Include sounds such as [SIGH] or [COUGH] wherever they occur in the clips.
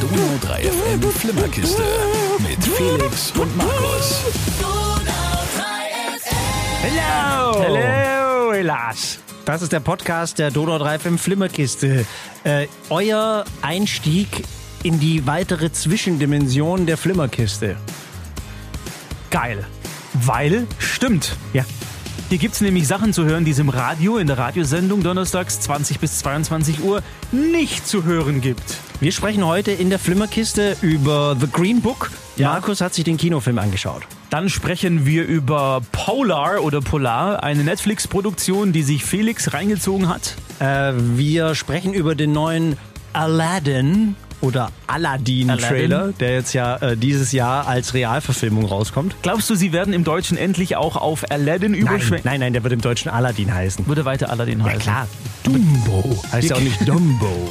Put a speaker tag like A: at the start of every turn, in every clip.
A: Donau 3 FM Flimmerkiste mit Felix und Markus.
B: Hello!
C: Hallo, Lars.
B: Das ist der Podcast der Donau 35 Flimmerkiste. Äh, euer Einstieg in die weitere Zwischendimension der Flimmerkiste.
C: Geil. Weil, stimmt.
B: Ja.
C: Hier gibt's nämlich Sachen zu hören, die es im Radio, in der Radiosendung donnerstags 20 bis 22 Uhr nicht zu hören gibt.
B: Wir sprechen heute in der Flimmerkiste über The Green Book.
C: Ja.
B: Markus hat sich den Kinofilm angeschaut.
C: Dann sprechen wir über Polar oder Polar, eine Netflix-Produktion, die sich Felix reingezogen hat.
B: Äh, wir sprechen über den neuen Aladdin oder Aladdin-Trailer,
C: Aladdin.
B: der jetzt ja äh, dieses Jahr als Realverfilmung rauskommt.
C: Glaubst du, sie werden im Deutschen endlich auch auf Aladdin
B: Nein,
C: überschwenken?
B: nein, nein, der wird im Deutschen Aladdin heißen.
C: Würde weiter Aladdin heißen.
B: Klar, Dumbo. Heißt ja auch nicht Dumbo.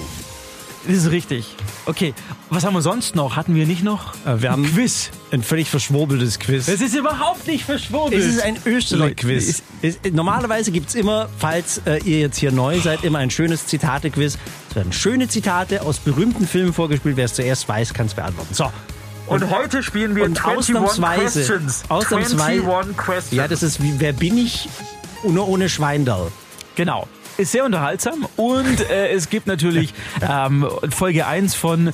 C: Das ist richtig. Okay, was haben wir sonst noch? Hatten wir nicht noch?
B: Äh, wir haben-
C: Ein Quiz.
B: Ein völlig verschwurbeltes Quiz.
C: Es ist überhaupt nicht verschwurbelt.
B: Es ist ein Österreich-Quiz. Es- Normalerweise gibt es immer, falls äh, ihr jetzt hier neu seid, immer ein schönes Zitate-Quiz. Es werden schöne Zitate aus berühmten Filmen vorgespielt. Wer es zuerst weiß, kann es beantworten. So.
D: Und heute spielen wir
B: Und
D: 21
B: ausnahmsweise-
D: Questions.
B: ausnahmsweise-
D: 21 Questions.
B: Ja, das ist wie, wer bin ich? Nur ohne Schweindal.
C: Genau. Ist sehr unterhaltsam und äh, es gibt natürlich ähm, Folge 1 von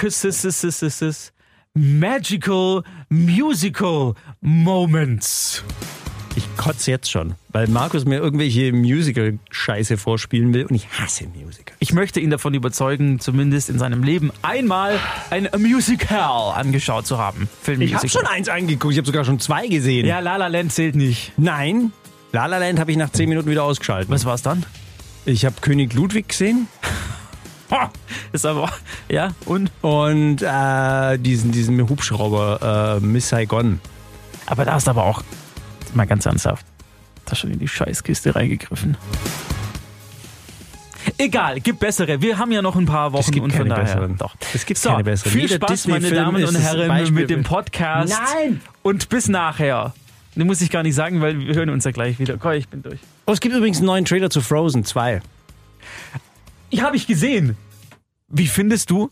C: Marcus Magical Musical Moments.
B: Ich kotze jetzt schon, weil Markus mir irgendwelche Musical-Scheiße vorspielen will und ich hasse Musical.
C: Ich möchte ihn davon überzeugen, zumindest in seinem Leben einmal ein Musical angeschaut zu haben.
B: Ich
C: Filmmusical.
B: habe schon eins angeguckt, ich habe sogar schon zwei gesehen.
C: ja, La La Land zählt nicht.
B: Nein, La La Land habe ich nach zehn Minuten wieder ausgeschaltet.
C: Was war's dann?
B: Ich habe König Ludwig gesehen.
C: Ha! Ist aber ja und
B: und äh, diesen, diesen Hubschrauber äh, Miss Saigon.
C: aber da ist aber auch mal ganz ernsthaft. Da schon in die Scheißkiste reingegriffen. Egal, gibt bessere. Wir haben ja noch ein paar Wochen
B: Es gibt
C: und von
B: keine
C: daher
B: besseren.
C: doch.
B: Es gibt
C: so,
B: keine besseren.
C: Viel
B: Jeder
C: Spaß, meine
B: Disney-Film
C: Damen
B: ist
C: und
B: das
C: Herren,
B: Beispiel
C: mit dem
B: für-
C: Podcast.
B: Nein!
C: Und bis nachher. Den muss ich gar nicht sagen, weil wir hören uns ja gleich wieder. Komm, ich bin durch.
B: Oh, es gibt übrigens einen neuen Trailer zu Frozen 2.
C: Ich habe ich gesehen. Wie findest du?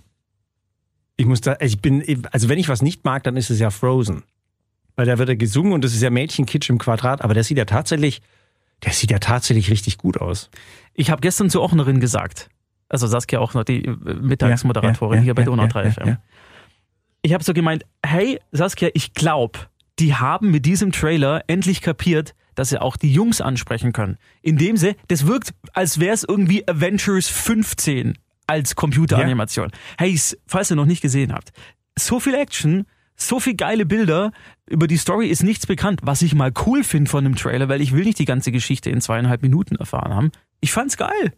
B: Ich muss da, ich bin, also wenn ich was nicht mag, dann ist es ja Frozen. Weil da wird er gesungen und das ist ja Mädchenkitsch im Quadrat, aber der sieht ja tatsächlich, der sieht ja tatsächlich richtig gut aus.
C: Ich habe gestern zur Ochnerin gesagt, also Saskia Ochner, die äh, Mittagsmoderatorin
B: ja,
C: hier bei
B: ja,
C: Donau
B: ja,
C: 3
B: ja,
C: FM.
B: ja.
C: Ich habe so gemeint, hey Saskia, ich glaube, die haben mit diesem Trailer endlich kapiert, dass sie auch die Jungs ansprechen können. Indem sie, das wirkt, als wäre es irgendwie Avengers 15 als Computeranimation. Hey, s- falls ihr noch nicht gesehen habt, so viel Action, so viel geile Bilder, über die Story ist nichts bekannt, was ich mal cool finde von einem Trailer, weil ich will nicht die ganze Geschichte in zweieinhalb Minuten erfahren haben. Ich fand's geil.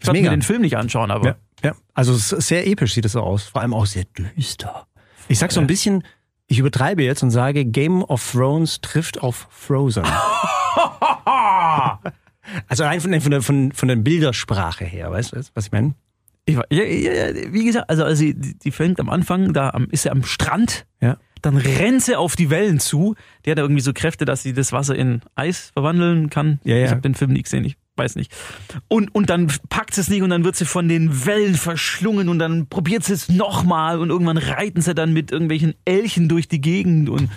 C: Ich sollte mir
B: mega.
C: den Film nicht anschauen, aber
B: Ja, ja. Also es ist sehr episch sieht es aus, vor allem auch sehr düster. Ich sag so ein bisschen, ich übertreibe jetzt und sage, Game of Thrones trifft auf Frozen. also rein von, der- von, der, von, von der Bildersprache her, weißt du, was ich meine?
C: ich, war- ja, ja, ja, wie gesagt, also, also die, die fängt am Anfang, da am, ist sie am Strand,
B: Ja.
C: dann rennt sie auf die Wellen zu. Die hat ja irgendwie so Kräfte, dass sie das Wasser in Eis verwandeln kann.
B: Ja, ja.
C: Ich habe den Film nie gesehen, ich weiß nicht. Und, und dann packt sie es nicht und dann wird sie von den Wellen verschlungen und dann probiert sie es nochmal und irgendwann reiten sie dann mit irgendwelchen Elchen durch die Gegend und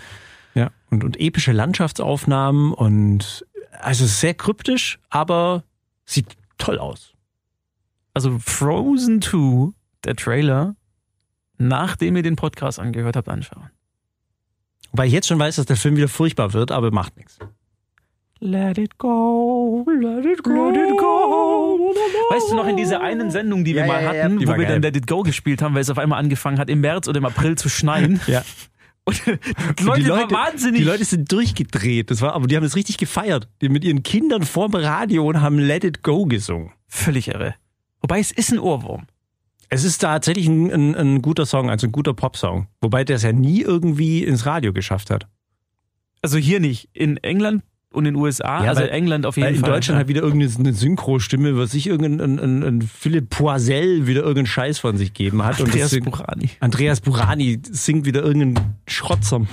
B: Ja. Und, und epische Landschaftsaufnahmen und also es ist sehr kryptisch, aber sieht toll aus.
C: also Frozen 2, der Trailer, nachdem ihr den Podcast angehört habt, anschauen.
B: Wobei ich jetzt schon weiß, dass der Film wieder furchtbar wird, aber macht nichts.
C: Let it go, let it go, let it go. Weißt du noch in dieser einen Sendung, die wir
B: Ja,
C: mal
B: ja, ja,
C: hatten,
B: die
C: wo
B: war
C: wir
B: geil.
C: dann Let it go gespielt haben, weil es auf einmal angefangen hat, im März oder im April zu schneien?
B: Ja.
C: [LAUGHS] Und die Leute,
B: die
C: waren
B: Leute,
C: wahnsinnig.
B: Die Leute sind durchgedreht, das war, aber die haben es richtig gefeiert. Die mit ihren Kindern vorm Radio und haben Let It Go gesungen.
C: Völlig irre. Wobei es ist ein Ohrwurm.
B: Es ist tatsächlich ein, ein, ein guter Song, also ein guter Popsong. Wobei der es ja nie irgendwie ins Radio geschafft hat.
C: Also hier nicht. In England und in den USA.
B: Ja,
C: also
B: weil-
C: in England auf jeden
B: Weil in
C: Fall.
B: Deutschland hat wieder irgendeine Synchro-Stimme, was sich irgendein ein, ein, ein Philipp Poisel wieder irgendeinen Scheiß von sich gegeben hat.
C: Andreas
B: und das singt-
C: Burani.
B: Andreas Burani singt wieder irgendeinen Schrotzer. [LAUGHS]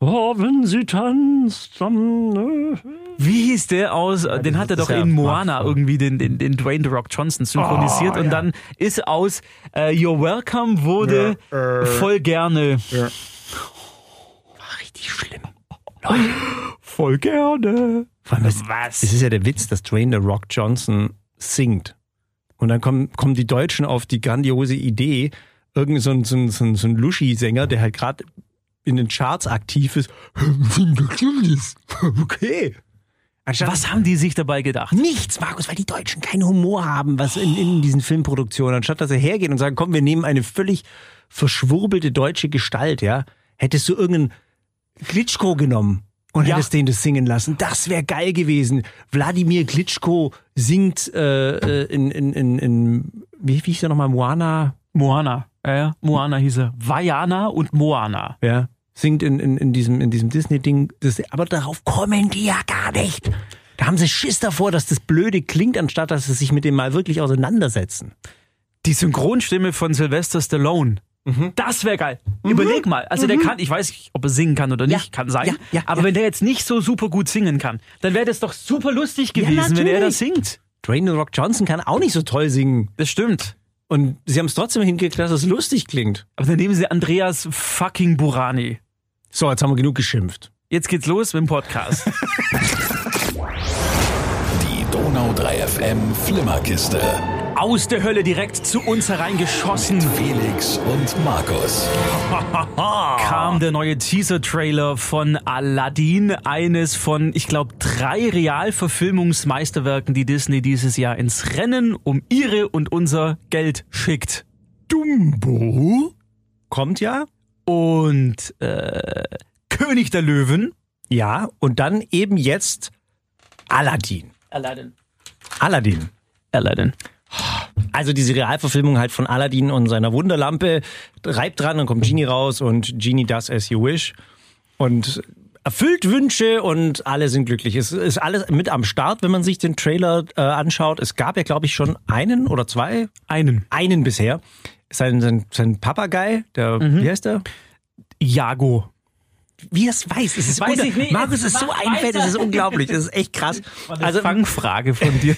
B: Oh, wenn sie tanzt, dann. äh,
C: Wie hieß der aus? den hat er
B: das
C: doch
B: ist ja
C: in Moana
B: Mark, ja.
C: irgendwie den, den, den Dwayne The Rock Johnson synchronisiert
B: Oh,
C: und
B: ja.
C: dann ist aus äh, You're Welcome wurde
B: Ja, äh.
C: voll gerne.
B: War richtig schlimm.
C: Voll gerne.
B: Vor allem, es,
C: Was?
B: es ist ja der Witz, dass Dwayne The Rock Johnson singt. Und dann kommen, kommen die Deutschen auf die grandiose Idee, irgend so ein, so ein, so ein, so ein Luschi-Sänger, der halt gerade in den Charts aktiv ist. [LAUGHS] Okay. Anstatt
C: Was haben die sich dabei gedacht?
B: Nichts, Markus, weil die Deutschen keinen Humor haben, was in, in diesen Filmproduktionen. Anstatt dass sie hergehen und sagen, komm, wir nehmen eine völlig verschwurbelte deutsche Gestalt, ja, hättest du irgendeinen Klitschko genommen und
C: Ja.
B: hättest den das singen lassen. Das wäre geil gewesen. Wladimir Klitschko singt äh, äh, in, in, in, in, wie wie hieß der nochmal, Moana,
C: Moana. Ja, ja. Moana hieß er. Vajana und Moana.
B: ja, singt in, in, in diesem, in diesem Disney-Ding. Das- Aber darauf kommen die ja gar nicht. Da haben sie Schiss davor, dass das blöde klingt, anstatt dass sie sich mit dem mal wirklich auseinandersetzen.
C: Die Synchronstimme von Sylvester Stallone.
B: Mhm.
C: Das wäre geil. Überleg mal. Also der kann, ich weiß nicht, ob er singen kann oder nicht, kann sein.
B: Ja, ja,
C: aber
B: ja.
C: wenn der jetzt nicht so super gut singen kann, dann wäre das doch super lustig gewesen, wenn er
B: natürlich.
C: das singt.
B: Dwayne The Rock Johnson kann auch nicht so toll singen.
C: Das stimmt.
B: Und sie haben es trotzdem hingekriegt, dass es lustig klingt.
C: Aber dann nehmen Sie Andreas fucking Burani.
B: So, jetzt haben wir genug geschimpft.
C: Jetzt geht's los mit dem Podcast.
A: Die Donau 3 FM Flimmerkiste.
C: [LAUGHS] Aus der Hölle direkt zu uns hereingeschossen
A: Felix und Markus.
C: kam der neue Teaser-Trailer von Aladdin, eines von, ich glaube, drei Realverfilmungsmeisterwerken, die Disney dieses Jahr ins Rennen um ihre und unser Geld schickt.
B: Dumbo kommt ja.
C: Und äh, König der Löwen.
B: Ja, und dann eben jetzt Aladdin.
C: Aladdin.
B: Aladdin.
C: Aladdin.
B: Also diese Realverfilmung halt von Aladdin und seiner Wunderlampe. Reibt dran, dann kommt Genie raus und Genie does as you wish. Und erfüllt Wünsche und alle sind glücklich. Es ist alles mit am Start, wenn man sich den Trailer äh, anschaut. Es gab ja, glaube ich, schon einen oder zwei
C: Einen.
B: einen bisher. Sein, sein, sein Papagei, der,
C: Mhm.
B: wie heißt der?
C: Jago.
B: Wie er es weiß, es ist
C: Weiß
B: unter-
C: ich nicht.
B: Markus ist
C: Mach
B: so einfältig,
C: weiter.
B: es ist unglaublich, es ist
C: [LAUGHS]
B: echt krass.
C: Also Fangfrage von [LAUGHS] dir.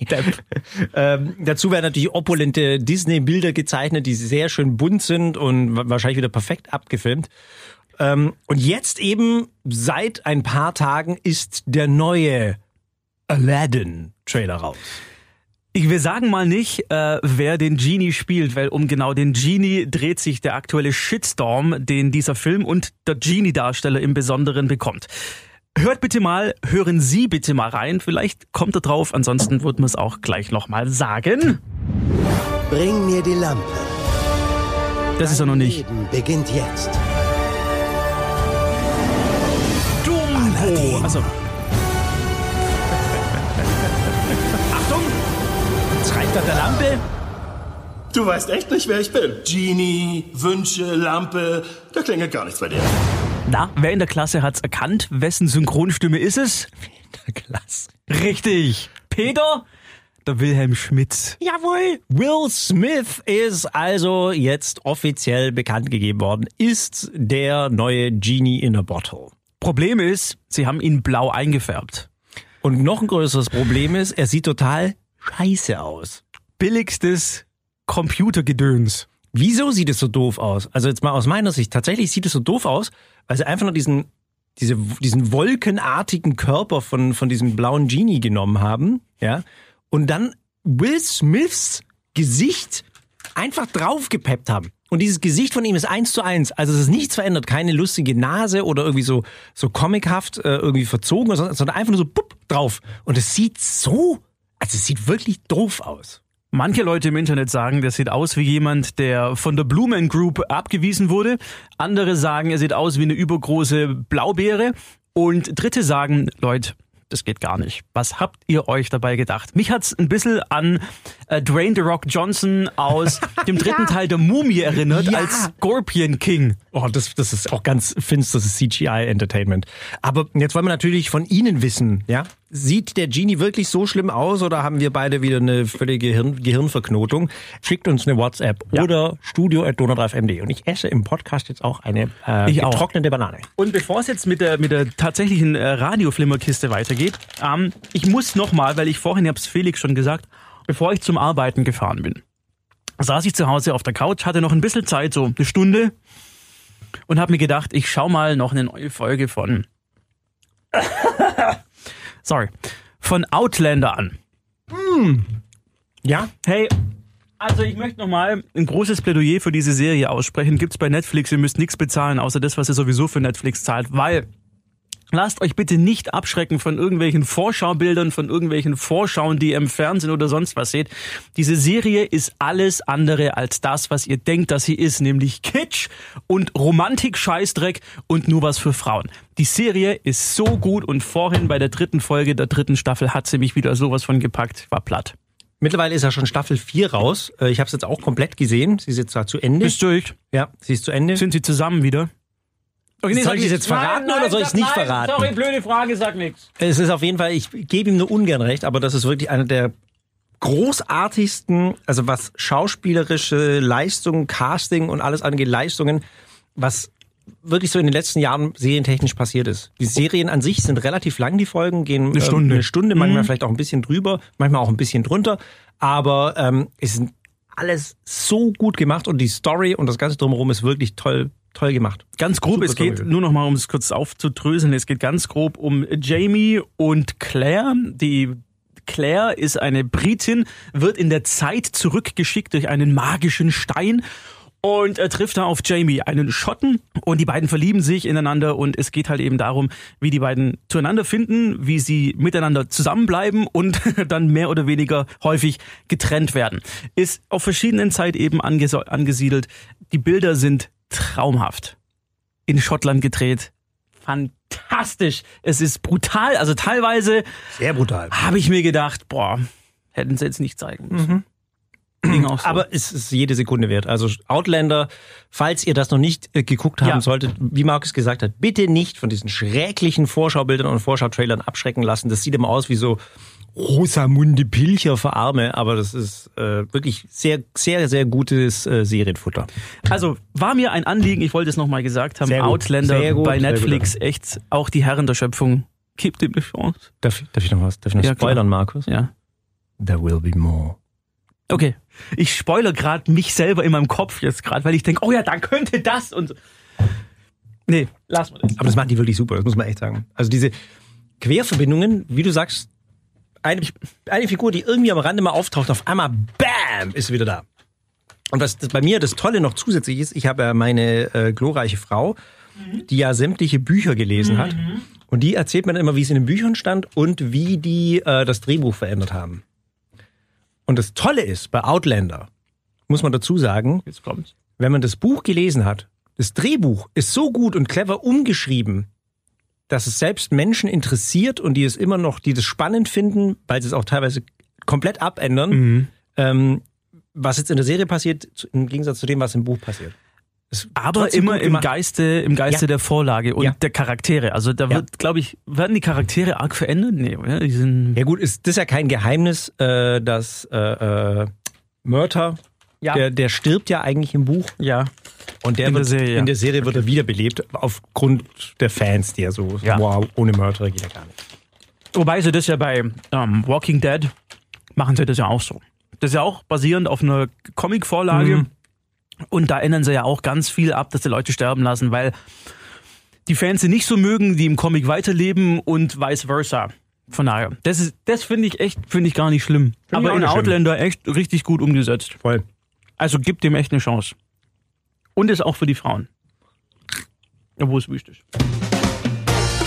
B: [LAUGHS] ähm, dazu werden natürlich opulente Disney-Bilder gezeichnet, die sehr schön bunt sind und wa- wahrscheinlich wieder perfekt abgefilmt. Ähm, und jetzt eben seit ein paar Tagen ist der neue Aladdin-Trailer raus.
C: Ich will sagen mal nicht, äh, wer den Genie spielt, weil um genau den Genie dreht sich der aktuelle Shitstorm, den dieser Film und der Genie-Darsteller im Besonderen bekommt. Hört bitte mal, hören Sie bitte mal rein. Vielleicht kommt er drauf, ansonsten wird man es auch gleich nochmal sagen.
D: Bring mir die Lampe.
C: Das ist er noch nicht.
D: Leben beginnt jetzt.
C: Dumbo! Also,
B: [LAUGHS] Achtung! Jetzt reibt er der Lampe.
E: Du weißt echt nicht, wer ich bin. Genie, Wünsche, Lampe, da klingelt gar nichts bei dir.
C: na, wer in der Klasse hat's erkannt? Wessen Synchronstimme ist es?
B: Klasse.
C: Richtig. Peter? Der Wilhelm Schmitz.
B: Jawohl! Will Smith ist also jetzt offiziell bekannt gegeben worden, ist der neue Genie in a Bottle.
C: Problem ist, sie haben ihn blau eingefärbt.
B: Und noch ein größeres Problem ist, er sieht total scheiße aus.
C: billigstes Computergedöns.
B: Wieso sieht es so doof aus? Also jetzt mal aus meiner Sicht, tatsächlich sieht es so doof aus, weil sie einfach nur diesen, diese, diesen wolkenartigen Körper von, von diesem blauen Genie genommen haben, ja, und dann Will Smiths Gesicht einfach draufgepeppt haben. Und dieses Gesicht von ihm ist eins zu eins. Also es ist nichts verändert, keine lustige Nase oder irgendwie so, so comichaft, äh, irgendwie verzogen, sondern, sondern einfach nur so pupp drauf. Und es sieht so, also es sieht wirklich doof aus.
C: Manche Leute im Internet sagen, das sieht aus wie jemand, der von der Blumen Group abgewiesen wurde. Andere sagen, er sieht aus wie eine übergroße Blaubeere. Und Dritte sagen, Leute, das geht gar nicht. Was habt ihr euch dabei gedacht? Mich hat's ein bisschen an äh, Dwayne The Rock Johnson aus dem dritten Teil der Mumie erinnert
B: Ja.
C: als Scorpion King.
B: Oh, das, das ist auch ganz finsteres CGI-Entertainment. Aber jetzt wollen wir natürlich von Ihnen wissen, ja? Sieht der Genie wirklich so schlimm aus oder haben wir beide wieder eine völlige Hirn Gehirnverknotung? Schickt uns eine WhatsApp oder studio at md Und ich esse im Podcast jetzt auch eine äh,
C: Ich auch.
B: getrocknete Banane.
C: Und bevor es jetzt mit der, mit der tatsächlichen äh, Radioflimmerkiste weitergeht, ähm, ich muss nochmal, weil ich vorhin, ich hab's Felix schon gesagt, bevor ich zum Arbeiten gefahren bin, saß ich zu Hause auf der Couch, hatte noch ein bisschen Zeit, so eine Stunde, und habe mir gedacht, ich schau mal noch eine neue Folge von, [LAUGHS] sorry, von Outlander an.
B: Ja?
C: Hey, also ich möchte nochmal ein großes Plädoyer für diese Serie aussprechen. Gibt's bei Netflix, ihr müsst nichts bezahlen, außer das, was ihr sowieso für Netflix zahlt, weil lasst euch bitte nicht abschrecken von irgendwelchen Vorschaubildern, von irgendwelchen Vorschauen, die ihr im Fernsehen oder sonst was seht. Diese Serie ist alles andere als das, was ihr denkt, dass sie ist, nämlich Kitsch und Romantik-Scheißdreck und nur was für Frauen. Die Serie ist so gut und vorhin bei der dritten Folge der dritten Staffel hat sie mich wieder sowas von gepackt, Ich war platt.
B: Mittlerweile ist ja schon Staffel 4 raus. Äh, Ich habe es jetzt auch komplett gesehen. Sie ist jetzt da zu Ende.
C: Ist durch.
B: ja, sie ist zu Ende.
C: Sind sie zusammen wieder?
B: nee, sag nicht- Nein, nein, sag- nein, sorry,
C: blöde Frage, sag nichts.
B: Es ist auf jeden Fall, ich gebe ihm nur ungern recht, aber das ist wirklich einer der großartigsten, also was schauspielerische Leistungen, Casting und alles angeht, Leistungen, was wirklich so in den letzten Jahren serientechnisch passiert ist. Die Serien an sich sind relativ lang, die Folgen gehen eine
C: Stunde.
B: eine Stunde manchmal vielleicht auch ein bisschen drüber, manchmal auch ein bisschen drunter, aber ähm, es sind alles so gut gemacht und die Story und das Ganze drumherum ist wirklich toll, toll gemacht.
C: Ganz grob,
B: Super
C: es geht
B: Folge.
C: nur noch mal, um es kurz aufzudröseln, es geht ganz grob um Jamie und Claire. Die Claire ist eine Britin, wird in der Zeit zurückgeschickt durch einen magischen Stein und er trifft da auf Jamie, einen Schotten, und die beiden verlieben sich ineinander und es geht halt eben darum, wie die beiden zueinander finden, wie sie miteinander zusammenbleiben und [LAUGHS] dann mehr oder weniger häufig getrennt werden. Ist auf verschiedenen Zeiteben angese- angesiedelt. Die Bilder sind traumhaft in Schottland gedreht. Fantastisch. Es ist brutal. Also teilweise
B: Sehr brutal.
C: habe ich mir gedacht, boah, hätten sie jetzt nicht zeigen müssen. Ging auch so.
B: Mhm. Aber es ist jede Sekunde wert. Also Outlander, falls ihr das noch nicht äh, geguckt haben
C: Ja.
B: solltet, wie Markus gesagt hat, bitte nicht von diesen schrecklichen Vorschaubildern und Vorschautrailern abschrecken lassen. Das sieht immer aus wie so Rosamunde Pilcher für Arme, aber das ist äh, wirklich sehr, sehr, sehr gutes äh, Serienfutter.
C: also war mir ein Anliegen, ich wollte es nochmal gesagt haben,
B: Sehr gut.
C: Outlander
B: Sehr gut,
C: bei
B: sehr gut.
C: Netflix, echt auch die Herren der Schöpfung. Gebt ihm eine Chance.
B: Darf, darf ich noch was? Darf ich noch
C: Ja, klar.
B: spoilern, Markus?
C: Ja.
B: There will be more.
C: Okay. Ich spoilere gerade mich selber in meinem Kopf jetzt gerade, weil ich denke, oh ja, dann könnte das und so. Nee, lass mal das.
B: Aber das machen die wirklich super, das muss man echt sagen. Also diese Querverbindungen, wie du sagst, eine, eine Figur, die irgendwie am Rande mal auftaucht, auf einmal BAM ist sie wieder da. Und was das bei mir das Tolle noch zusätzlich ist, ich habe ja meine äh, glorreiche Frau, die ja sämtliche Bücher gelesen hat. Und die erzählt mir dann immer, wie es in den Büchern stand und wie die äh, das Drehbuch verändert haben. Und das Tolle ist, bei Outlander, muss man dazu sagen,
C: Jetzt kommt's.
B: wenn man das Buch gelesen hat, das Drehbuch ist so gut und clever umgeschrieben, dass es selbst Menschen interessiert und die es immer noch, die das spannend finden, weil sie es auch teilweise komplett abändern,
C: Mhm.
B: ähm, was jetzt in der Serie passiert, zu- im Gegensatz zu dem, was im Buch passiert.
C: aber
B: trotzdem
C: immer
B: gut
C: im
B: gemacht.
C: Geiste, im Geiste
B: Ja.
C: der Vorlage und
B: Ja.
C: der Charaktere. Also da
B: Ja.
C: wird, glaube ich, werden die Charaktere arg verändert? Nee, oder? Die sind
B: Ja gut, ist das ist ja kein Geheimnis, äh, dass äh, äh, Mörter,
C: ja,
B: der, der stirbt ja eigentlich im Buch
C: ja.
B: und der
C: In der
B: wird,
C: Serie, ja.
B: in der Serie wird er wiederbelebt aufgrund der Fans, die ja so,
C: Ja.
B: wow, ohne Mörder geht ja gar nicht.
C: Wobei sie das ja bei ähm, Walking Dead machen sie das ja auch so. Das ist ja auch basierend auf einer Comic-Vorlage. Und da ändern sie ja auch ganz viel ab, dass die Leute sterben lassen, weil die Fans sie nicht so mögen, die im Comic weiterleben und vice versa. Von daher, das ist, das finde ich echt, finde ich gar nicht schlimm.
B: ich auch
C: Aber in
B: nicht schlimm.
C: Outlander echt richtig gut umgesetzt.
B: Voll.
C: Also gib dem echt eine Chance. Und ist auch für die Frauen. Obwohl es wüst ist.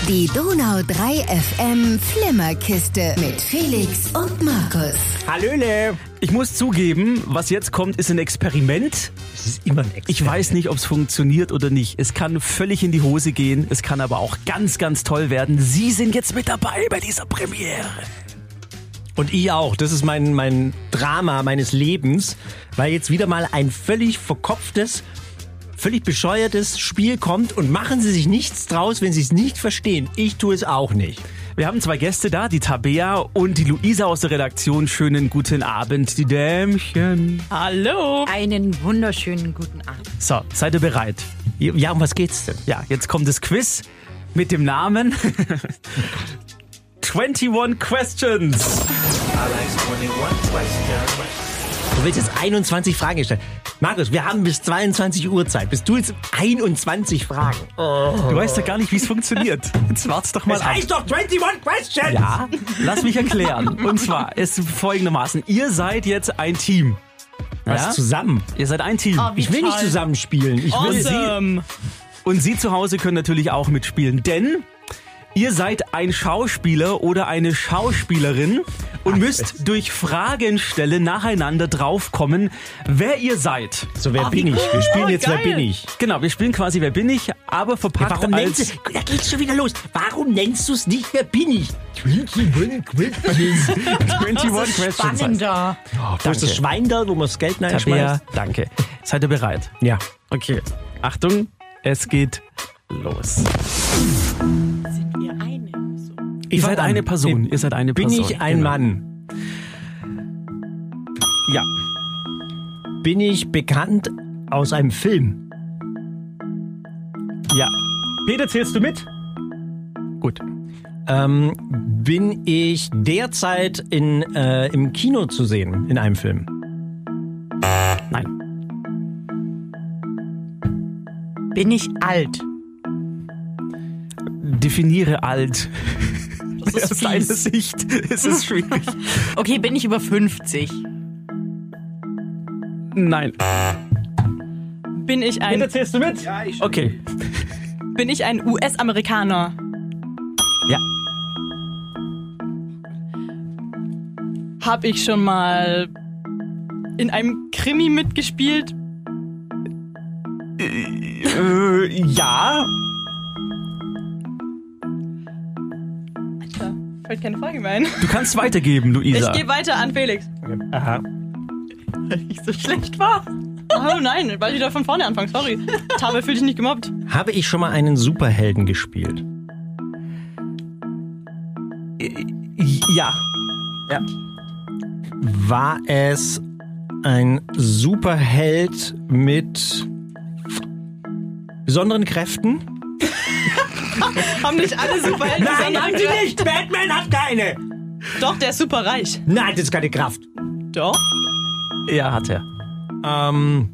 F: Die Donau 3 FM Flimmerkiste mit Felix und Markus.
C: Hallöle! Ich muss zugeben, was jetzt kommt, ist ein Experiment.
B: Es ist immer ein Experiment.
C: Ich weiß nicht, ob es funktioniert oder nicht. Es kann völlig in die Hose gehen, es kann aber auch ganz, ganz toll werden. Sie sind jetzt mit dabei bei dieser Premiere.
B: Und ich auch. Das ist mein, mein Drama meines Lebens, weil jetzt wieder mal ein völlig verkopftes, völlig bescheuertes Spiel kommt und machen Sie sich nichts draus, wenn Sie es nicht verstehen. Ich tue es auch nicht.
C: Wir haben zwei Gäste da, die Tabea und die Luisa aus der Redaktion. Schönen guten Abend, die Dämchen.
G: Hallo. Einen wunderschönen guten Abend.
C: So, seid ihr bereit?
B: Ja, um was geht's denn?
C: Ja, jetzt kommt das Quiz mit dem Namen [LAUGHS] 21 Questions.
B: Du willst jetzt 21 Fragen stellen. Markus, wir haben bis 22 Uhr Zeit. Bist du jetzt 21 Fragen?
C: Du weißt ja gar nicht, wie es funktioniert. Jetzt wart's doch mal ab.
B: doch 21 Questions!
C: Ja, lass mich erklären. Und zwar ist folgendermaßen: Ihr seid jetzt ein Team.
B: Was,
C: Ja?
B: zusammen?
C: Ihr seid ein Team.
G: Oh, wie
B: Ich will nicht
G: toll.
B: zusammenspielen. Ich will
G: Awesome.
C: Und Sie zu Hause können natürlich auch mitspielen, denn ihr seid ein Schauspieler oder eine Schauspielerin und müsst durch Fragen stellen nacheinander draufkommen, wer ihr seid. oh
B: So, wer bin ich? Wir spielen jetzt, wer bin ich?
C: Genau, wir spielen quasi Wer bin ich, aber verpackt
B: Warum
C: als...
B: nennst du, da geht's schon wieder los. Warum nennst du es nicht, wer bin ich? 21 [LAUGHS] Questions.
C: 21 heißt.
G: Spannender.
B: Wo ist das Schwein da, wo man das Geld
C: Tabea,
B: reinschmeißt?
C: danke. Seid ihr bereit?
B: Ja.
C: Okay, Achtung, es geht los.
G: Ihr eine. So.
B: Ich
C: Ihr seid
B: fang an.
C: eine Person, ihr seid eine
B: Bin
C: Person.
B: ich ein
C: genau.
B: Mann?
C: Ja.
B: Bin ich bekannt aus einem Film?
C: Ja. Peter, zählst du mit? Gut.
B: Ähm, bin ich derzeit in, äh, im Kino zu sehen, in einem Film?
C: Nein.
G: Bin ich alt?
C: Definiere alt.
G: Das ist
C: Aus deiner
G: fies.
C: Sicht ist es schwierig.
G: Okay, bin ich über 50?
C: Nein.
G: Bin ich ein,
C: zählst du mit? Ja, ich okay.
G: bin ich ein US-Amerikaner?
C: Ja.
G: Hab ich schon mal in einem Krimi mitgespielt?
C: Äh, ja.
G: Alter, fällt keine Frage mehr ein.
C: Du kannst weitergeben, Luisa.
G: Ich gehe weiter an Felix.
C: Aha.
G: Weil ich so schlecht war. Oh nein, weil ich da von vorne anfange, sorry. Tabel fühl dich nicht gemobbt.
B: Habe ich schon mal einen Superhelden gespielt?
C: Ja. Ja.
B: War es ein Superheld mit besonderen Kräften?
G: Haben nicht alle Superhelden sondern andere-
B: nicht! Batman hat keine!
G: Doch, der ist super reich.
B: Nein, das ist keine Kraft.
G: Doch.
C: Ja, hat er.
B: Ähm.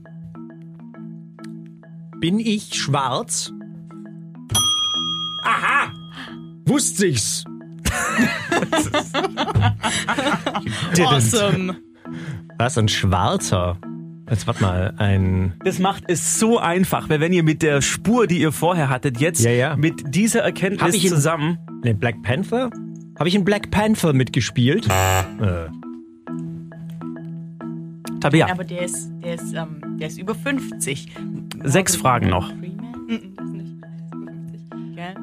B: Bin ich schwarz? Aha! Wusste ich's!
G: Awesome.
B: Was, ein Schwarzer? Jetzt warte mal, ein.
C: Das macht es so einfach, weil wenn ihr mit der Spur, die ihr vorher hattet, jetzt
B: Ja, ja.
C: mit dieser
B: Hab
C: Erkenntnis
B: ich ihn-
C: zusammen...
B: Ne, Black Panther? Habe ich in Black Panther mitgespielt? Äh,
C: Tabea,
H: Aber der ist, der ist, ähm, der ist über 50.
C: sechs Fragen noch.
H: Freeman?
G: Mhm, das nicht.
H: Gell?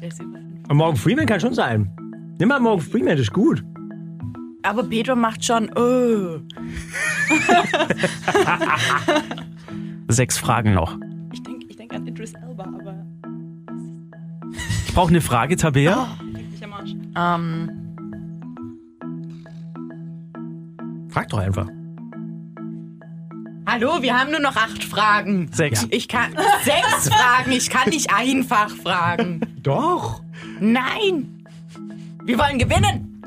H: Der ist über 50.
B: aber Morgan Freeman kann schon sein. Nimm mal Morgan Freeman, das ist gut.
H: Aber Pedro macht schon, oh.
C: Sechs Fragen noch.
G: Ich denke ich denk an Idris Elba, aber
C: Ich brauche eine Frage, Tabea.
G: ich am Arsch.
H: Ähm,
B: Oh, Frag doch einfach.
H: hallo, wir haben nur noch acht Fragen.
C: Sechs.
H: Ich kann, sechs Fragen, ich kann nicht einfach fragen.
B: Doch!
H: Nein! Wir wollen gewinnen!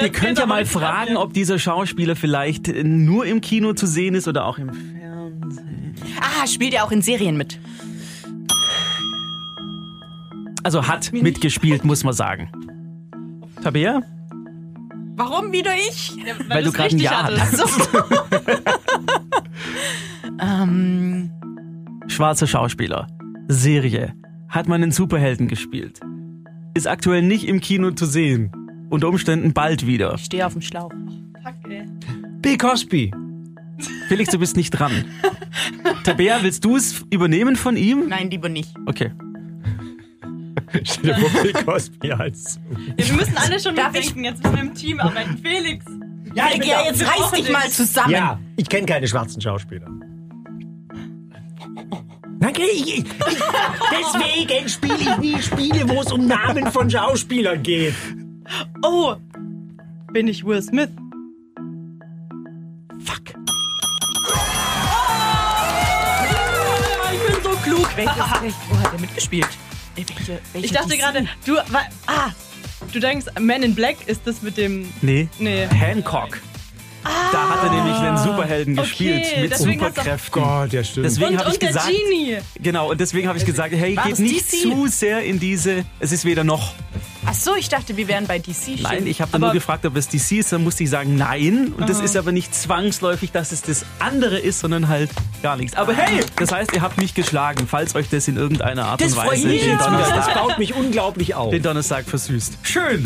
C: Ihr könnt ja mal fragen, ob dieser Schauspieler vielleicht nur im Kino zu sehen ist oder auch im Fernsehen.
H: Ah, spielt er auch in Serien mit?
C: Also hat mitgespielt, muss man sagen. Tabea?
H: Warum wieder ich?
G: Weil,
C: du
G: du's
C: grad ein
G: richtig
C: Ja
G: hattest.
H: So.
G: [LAUGHS]
H: ähm,
C: Schwarzer Schauspieler. Serie. Hat man einen Superhelden gespielt. Ist aktuell nicht im Kino zu sehen. Unter Umständen bald wieder.
H: ich stehe auf dem Schlauch.
G: Fuck, ey.
B: Bill Cosby! [LAUGHS]
C: Felix, du bist nicht
G: [LAUGHS]
C: dran. Tabea, willst du es übernehmen von ihm?
H: Nein, lieber nicht.
C: Okay.
B: Stell dir vor, Bill Cosby als.
G: Ja, wir müssen alle schon
H: Darf
G: mitdenken. Jetzt müssen wir im Team arbeiten. Felix.
H: Ja, ja jetzt
G: Wir
H: reiß
G: brauchen
H: dich mal zusammen.
B: Ja, ich kenne keine schwarzen Schauspieler. Danke, ich, ich, deswegen spiele ich nie Spiele, wo es um Namen von Schauspielern geht.
G: Oh, bin ich Will Smith?
C: Fuck.
G: Oh, Ich bin so klug.
H: Welches
G: [LAUGHS]
H: Recht? Wo hat er mitgespielt? Äh, Welche, welche
G: Ich dachte
H: DC?
G: gerade, du, wa- ah, du denkst, Man in Black ist das mit dem,
C: Nee.
G: nee.
C: Hancock. Da hat er nämlich einen Superhelden
G: Ah. Okay,
C: gespielt mit
G: deswegen hast du-
C: Superkräften.
I: Oh Gott, ja, stimmt.
C: Deswegen
G: Und,
C: habe ich
G: und der
C: gesagt,
G: Genie.
C: genau, und deswegen habe ich gesagt, hey,
H: War
C: geht
H: es
C: nicht
H: DC?
C: zu sehr in diese, es ist weder noch.
H: Ach so, ich dachte, wir wären bei DC.
C: Nein,
H: Stimmt.
C: ich habe dann
G: Aber-
C: nur gefragt, ob es DC ist, dann musste ich sagen, nein. Und das ist aber nicht zwangsläufig, dass es das andere ist, sondern halt gar nichts. Aber hey, das heißt, ihr habt mich geschlagen, falls euch das in irgendeiner Art und Weise den,
B: Ah. Das
C: Donnerstag,
B: baut mich unglaublich auf.
C: den Donnerstag versüßt. Schön!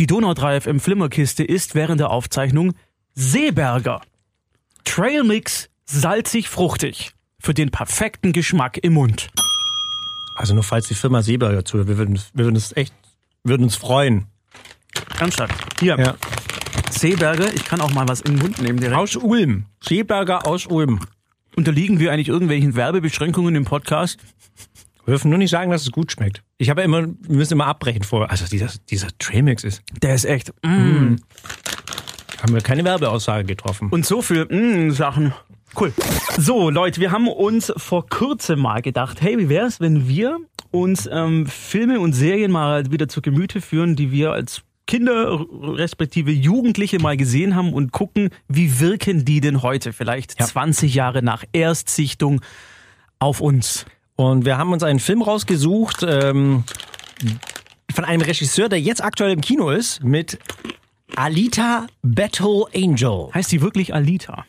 C: Die Donau 3 FM Flimmerkiste ist während der Aufzeichnung Seeberger. Trailmix salzig-fruchtig. Für den perfekten Geschmack im Mund.
B: Also nur falls die Firma Seeberger zuhört, wir würden, wir würden es echt, würden uns freuen.
C: Ernsthaft. Hier,
B: Ja.
C: Seeberger, ich kann auch mal was in den Mund nehmen direkt.
B: Aus Ulm. Seeberger aus Ulm.
C: Unterliegen wir eigentlich irgendwelchen Werbebeschränkungen im Podcast?
B: Wir dürfen nur nicht sagen, dass es gut schmeckt. Ich habe ja immer, wir müssen immer abbrechen vorher. Also dieser, dieser Trailmix ist,
C: Der ist echt. Mm.
B: haben wir keine Werbeaussage getroffen.
C: Und so viel mm, Sachen. Cool. So, Leute, wir haben uns vor kurzem mal gedacht, hey, wie wäre es, wenn wir uns ähm, Filme und Serien mal wieder zu Gemüte führen, die wir als Kinder r- respektive Jugendliche mal gesehen haben und gucken, wie wirken die denn heute, vielleicht 20 Jahre nach Erstsichtung auf uns.
B: Und wir haben uns einen Film rausgesucht ähm, von einem Regisseur, der jetzt aktuell im Kino ist, mit Alita Battle Angel.
C: Heißt die wirklich Alita?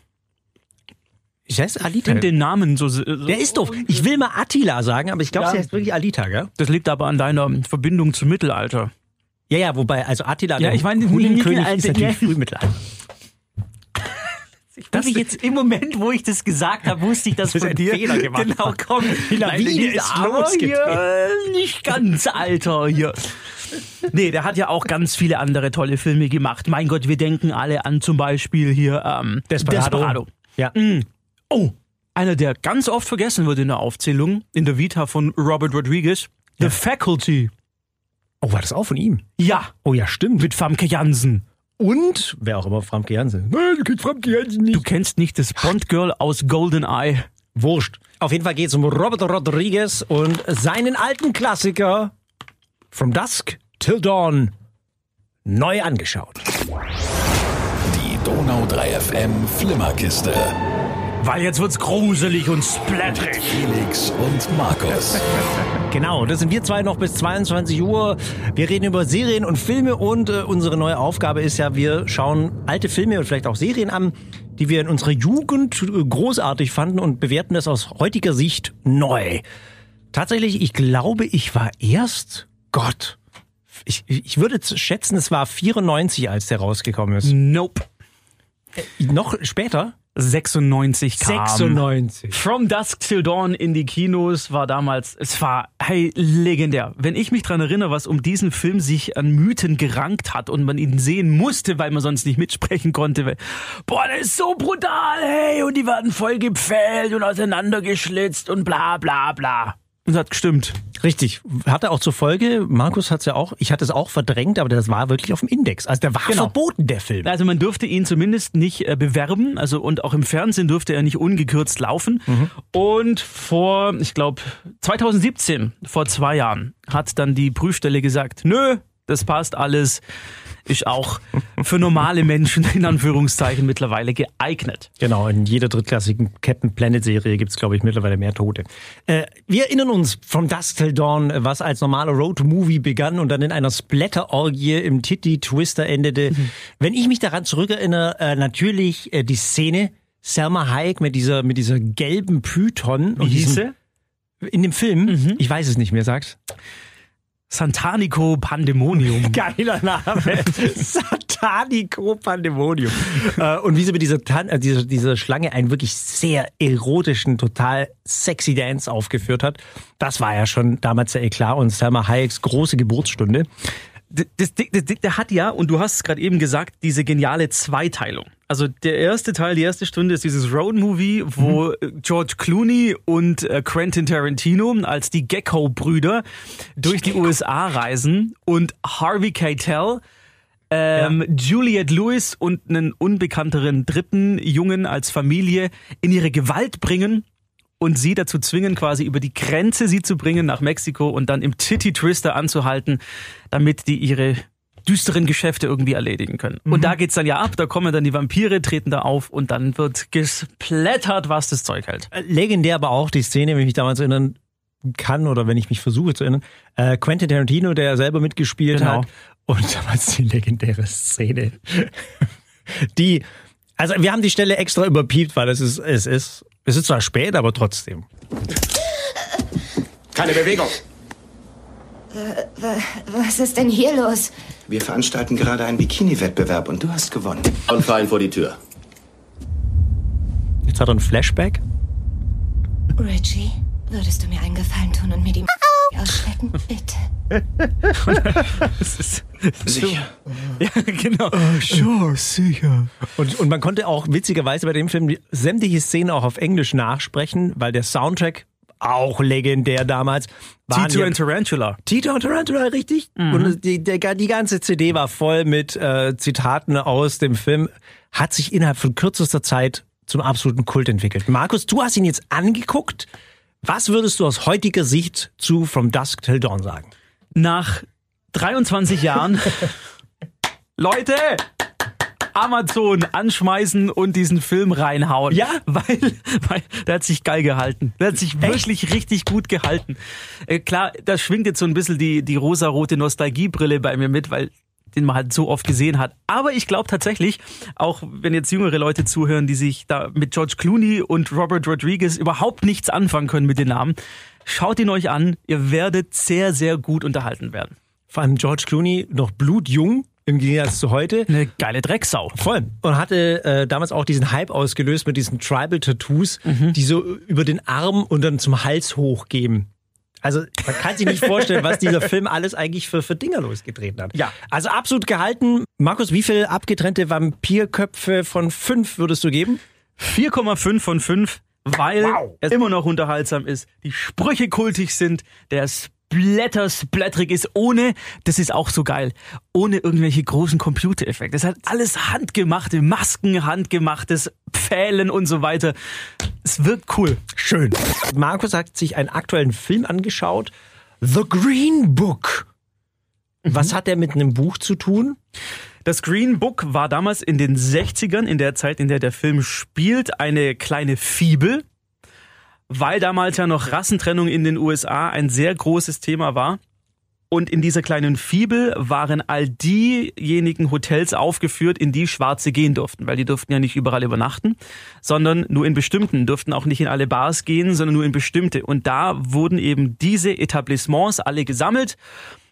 B: Ich heiße
C: Ich
B: Alita.
C: finde den Namen so, so
B: Der ist doof. Ich will mal Attila sagen, aber ich glaube,
C: Ja.
B: sie heißt wirklich Alita, gell?
C: Das liegt aber an deiner Verbindung zum Mittelalter.
B: Ja, ja, wobei, also Attila,
C: Ja, ich meine,
B: der
C: die
B: Hulenkönig
C: Mittelalter-
B: ist natürlich
C: ja.
B: Frühmittelalter.
C: [LAUGHS] Das
B: wusste-
C: jetzt im Moment, wo ich das gesagt habe, wusste [LAUGHS] ich, dass
B: Du hast einen Fehler gemacht.
C: Genau, komm. Die
B: Lawine ist losgetreten.
C: hier, äh, nicht ganz, Alter, hier. Nee, der hat ja auch ganz viele andere tolle Filme gemacht. Mein Gott, wir denken alle an zum Beispiel hier ähm,
B: Desperado.
C: Desperado.
B: Ja.
C: Oh, einer, der ganz oft vergessen wird in der Aufzählung, in der Vita von Robert Rodriguez, The Faculty.
B: Oh, war das auch von ihm?
C: Ja,
B: Oh ja, stimmt.
C: mit Famke Jansen.
B: Und, wer auch immer Frank Jansen. Nein, du kennst Frank Jansen
C: Du kennst nicht das Bond-Girl aus GoldenEye.
B: Wurscht. Auf jeden Fall geht es um Robert Rodriguez und seinen alten Klassiker From Dusk Till Dawn neu angeschaut.
A: Die Donau 3 FM Flimmerkiste.
C: Weil jetzt wird's gruselig und splatterig.
A: Felix und Markus.
B: Genau, das sind wir zwei noch bis 22 Uhr. Wir reden über Serien und Filme und äh, unsere neue Aufgabe ist ja, wir schauen alte Filme und vielleicht auch Serien an, die wir in unserer Jugend äh, großartig fanden und bewerten das aus heutiger Sicht neu. Tatsächlich, ich glaube, ich war erst Gott. Ich, ich würde z- schätzen, es war 94, als der rausgekommen ist.
C: Nope.
B: Noch später?
C: 96 kam.
B: 96.
C: From Dusk Till Dawn in die Kinos war damals, es war, hey, legendär. Wenn ich mich dran erinnere, was um diesen Film sich an Mythen gerankt hat und man ihn sehen musste, weil man sonst nicht mitsprechen konnte. Weil, boah, der ist so brutal, hey, und die werden voll gepfählt und auseinandergeschlitzt und bla bla bla. Und das hat gestimmt.
B: Richtig. Hatte auch zur Folge, Markus hat es ja auch, ich hatte es auch verdrängt, aber das war wirklich auf dem Index. Also der war
C: Genau.
B: verboten, der Film.
C: Also man dürfte ihn zumindest nicht äh, bewerben, also und auch im Fernsehen dürfte er nicht ungekürzt laufen. Und vor, ich glaube, 2017, vor zwei Jahren, hat dann die Prüfstelle gesagt, nö, das passt alles, ist auch für normale Menschen [LAUGHS] in Anführungszeichen mittlerweile geeignet.
B: Genau, in jeder drittklassigen Captain Planet Serie gibt's glaube ich, mittlerweile mehr Tote. Äh, wir erinnern uns From Dusk Till Dawn, was als normaler Road-Movie begann und dann in einer Splatter-Orgie im Titty-Twister endete. Wenn ich mich daran zurückerinnere, äh, natürlich äh, die Szene Selma Hayek mit dieser, mit dieser gelben Python. und diesem- In dem Film, ich weiß es nicht mehr, sag's. [LAUGHS]
C: Santanico Pandemonium.
B: Geiler Name. Satan. Titanico Pandemonium. äh, und wie sie mit dieser, Tan äh, dieser, dieser Schlange einen wirklich sehr erotischen, total sexy Dance aufgeführt hat, das war ja schon damals der Eklat und Selma Hayeks große Geburtsstunde.
C: D- das, Ding- das, Ding, der hat ja, und du hast es gerade eben gesagt, diese geniale Zweiteilung. Also der erste Teil, die erste Stunde ist dieses Road-Movie, wo äh, George Clooney und äh, Quentin Tarantino als die Gecko-Brüder durch die USA reisen und Harvey Keitel, ähm, Juliette Lewis und einen unbekannteren dritten Jungen als Familie in ihre Gewalt bringen und sie dazu zwingen, quasi über die Grenze sie zu bringen nach Mexiko und dann im Titty Twister anzuhalten, damit die ihre düsteren Geschäfte irgendwie erledigen können. Und da geht's dann ja ab, da kommen dann die Vampire, treten da auf und dann wird gesplättert, was das Zeug hält.
B: Äh, Legendär aber auch die Szene, wenn ich mich damals erinnern kann oder wenn ich mich versuche zu erinnern, äh, Quentin Tarantino, der ja selber mitgespielt
C: Genau.
B: hat. Und [LAUGHS] damals die legendäre Szene. [LAUGHS] Die, also wir haben die Stelle extra überpiept, weil es ist, es ist, es ist zwar spät, aber trotzdem.
I: Keine Bewegung.
J: Was ist denn hier los?
I: Wir veranstalten gerade einen Bikini-Wettbewerb und du hast gewonnen. Und fallen vor die Tür.
B: Jetzt hat er ein Flashback.
J: Richie, würdest du mir einen Gefallen tun und mir die ausschlecken? Bitte.
I: Sicher.
B: [LAUGHS]
C: Ja, genau.
B: Sure, sicher. Und, und man konnte auch witzigerweise bei dem Film die- sämtliche Szenen auch auf Englisch nachsprechen, weil der Soundtrack, auch legendär damals, waren
C: Tito
B: ja-
C: and Tarantula.
B: Tito und Tarantula, richtig? Und die, der, die ganze CD war voll mit äh, Zitaten aus dem Film. Hat sich innerhalb von kürzester Zeit zum absoluten Kult entwickelt. Markus, du hast ihn jetzt angeguckt. Was würdest du aus heutiger Sicht zu From Dusk Till Dawn sagen?
C: Nach 23 Jahren, Leute, Amazon anschmeißen und diesen Film reinhauen.
B: Ja?
C: Weil, weil der hat sich geil gehalten. Der hat sich wirklich richtig gut gehalten. Äh, klar, da schwingt jetzt so ein bisschen die, die rosarote Nostalgiebrille bei mir mit, weil den man halt so oft gesehen hat. Aber ich glaube tatsächlich, auch wenn jetzt jüngere Leute zuhören, die sich da mit George Clooney und Robert Rodriguez überhaupt nichts anfangen können mit den Namen, schaut ihn euch an. Ihr werdet sehr, sehr gut unterhalten werden.
B: Vor allem George Clooney, noch blutjung im Gegensatz zu heute.
C: Eine geile Drecksau.
B: Voll. Und hatte äh, damals auch diesen Hype ausgelöst mit diesen Tribal-Tattoos,
C: Mhm.
B: die so über den Arm und dann zum Hals hochgehen. Also man kann sich nicht vorstellen, was
C: [LAUGHS]
B: dieser Film alles eigentlich für, für Dinger losgetreten hat.
C: Ja.
B: Also absolut gehalten. Markus, wie viel abgetrennte Vampirköpfe von fünf würdest du geben?
C: 4,5 von 5, weil
B: Wow.
C: es immer noch unterhaltsam ist, die Sprüche kultig sind, der Splatter splatterig ist, ohne, das ist auch so geil, ohne irgendwelche großen Computereffekte. Es hat alles handgemachte Masken, handgemachtes Pfählen und so weiter. Es wirkt cool.
B: Schön. Markus hat sich einen aktuellen Film angeschaut. The Green Book. Was
C: Mhm.
B: hat der mit einem Buch zu tun?
C: Das Green Book war damals in den 60ern, in der Zeit, in der der Film spielt, eine kleine Fibel, weil damals ja noch Rassentrennung in den USA ein sehr großes Thema war. Und in dieser kleinen Fibel waren all diejenigen Hotels aufgeführt, in die Schwarze gehen durften, weil die durften ja nicht überall übernachten, sondern nur in bestimmten, durften auch nicht in alle Bars gehen, sondern nur in bestimmte. Und da wurden eben diese Etablissements alle gesammelt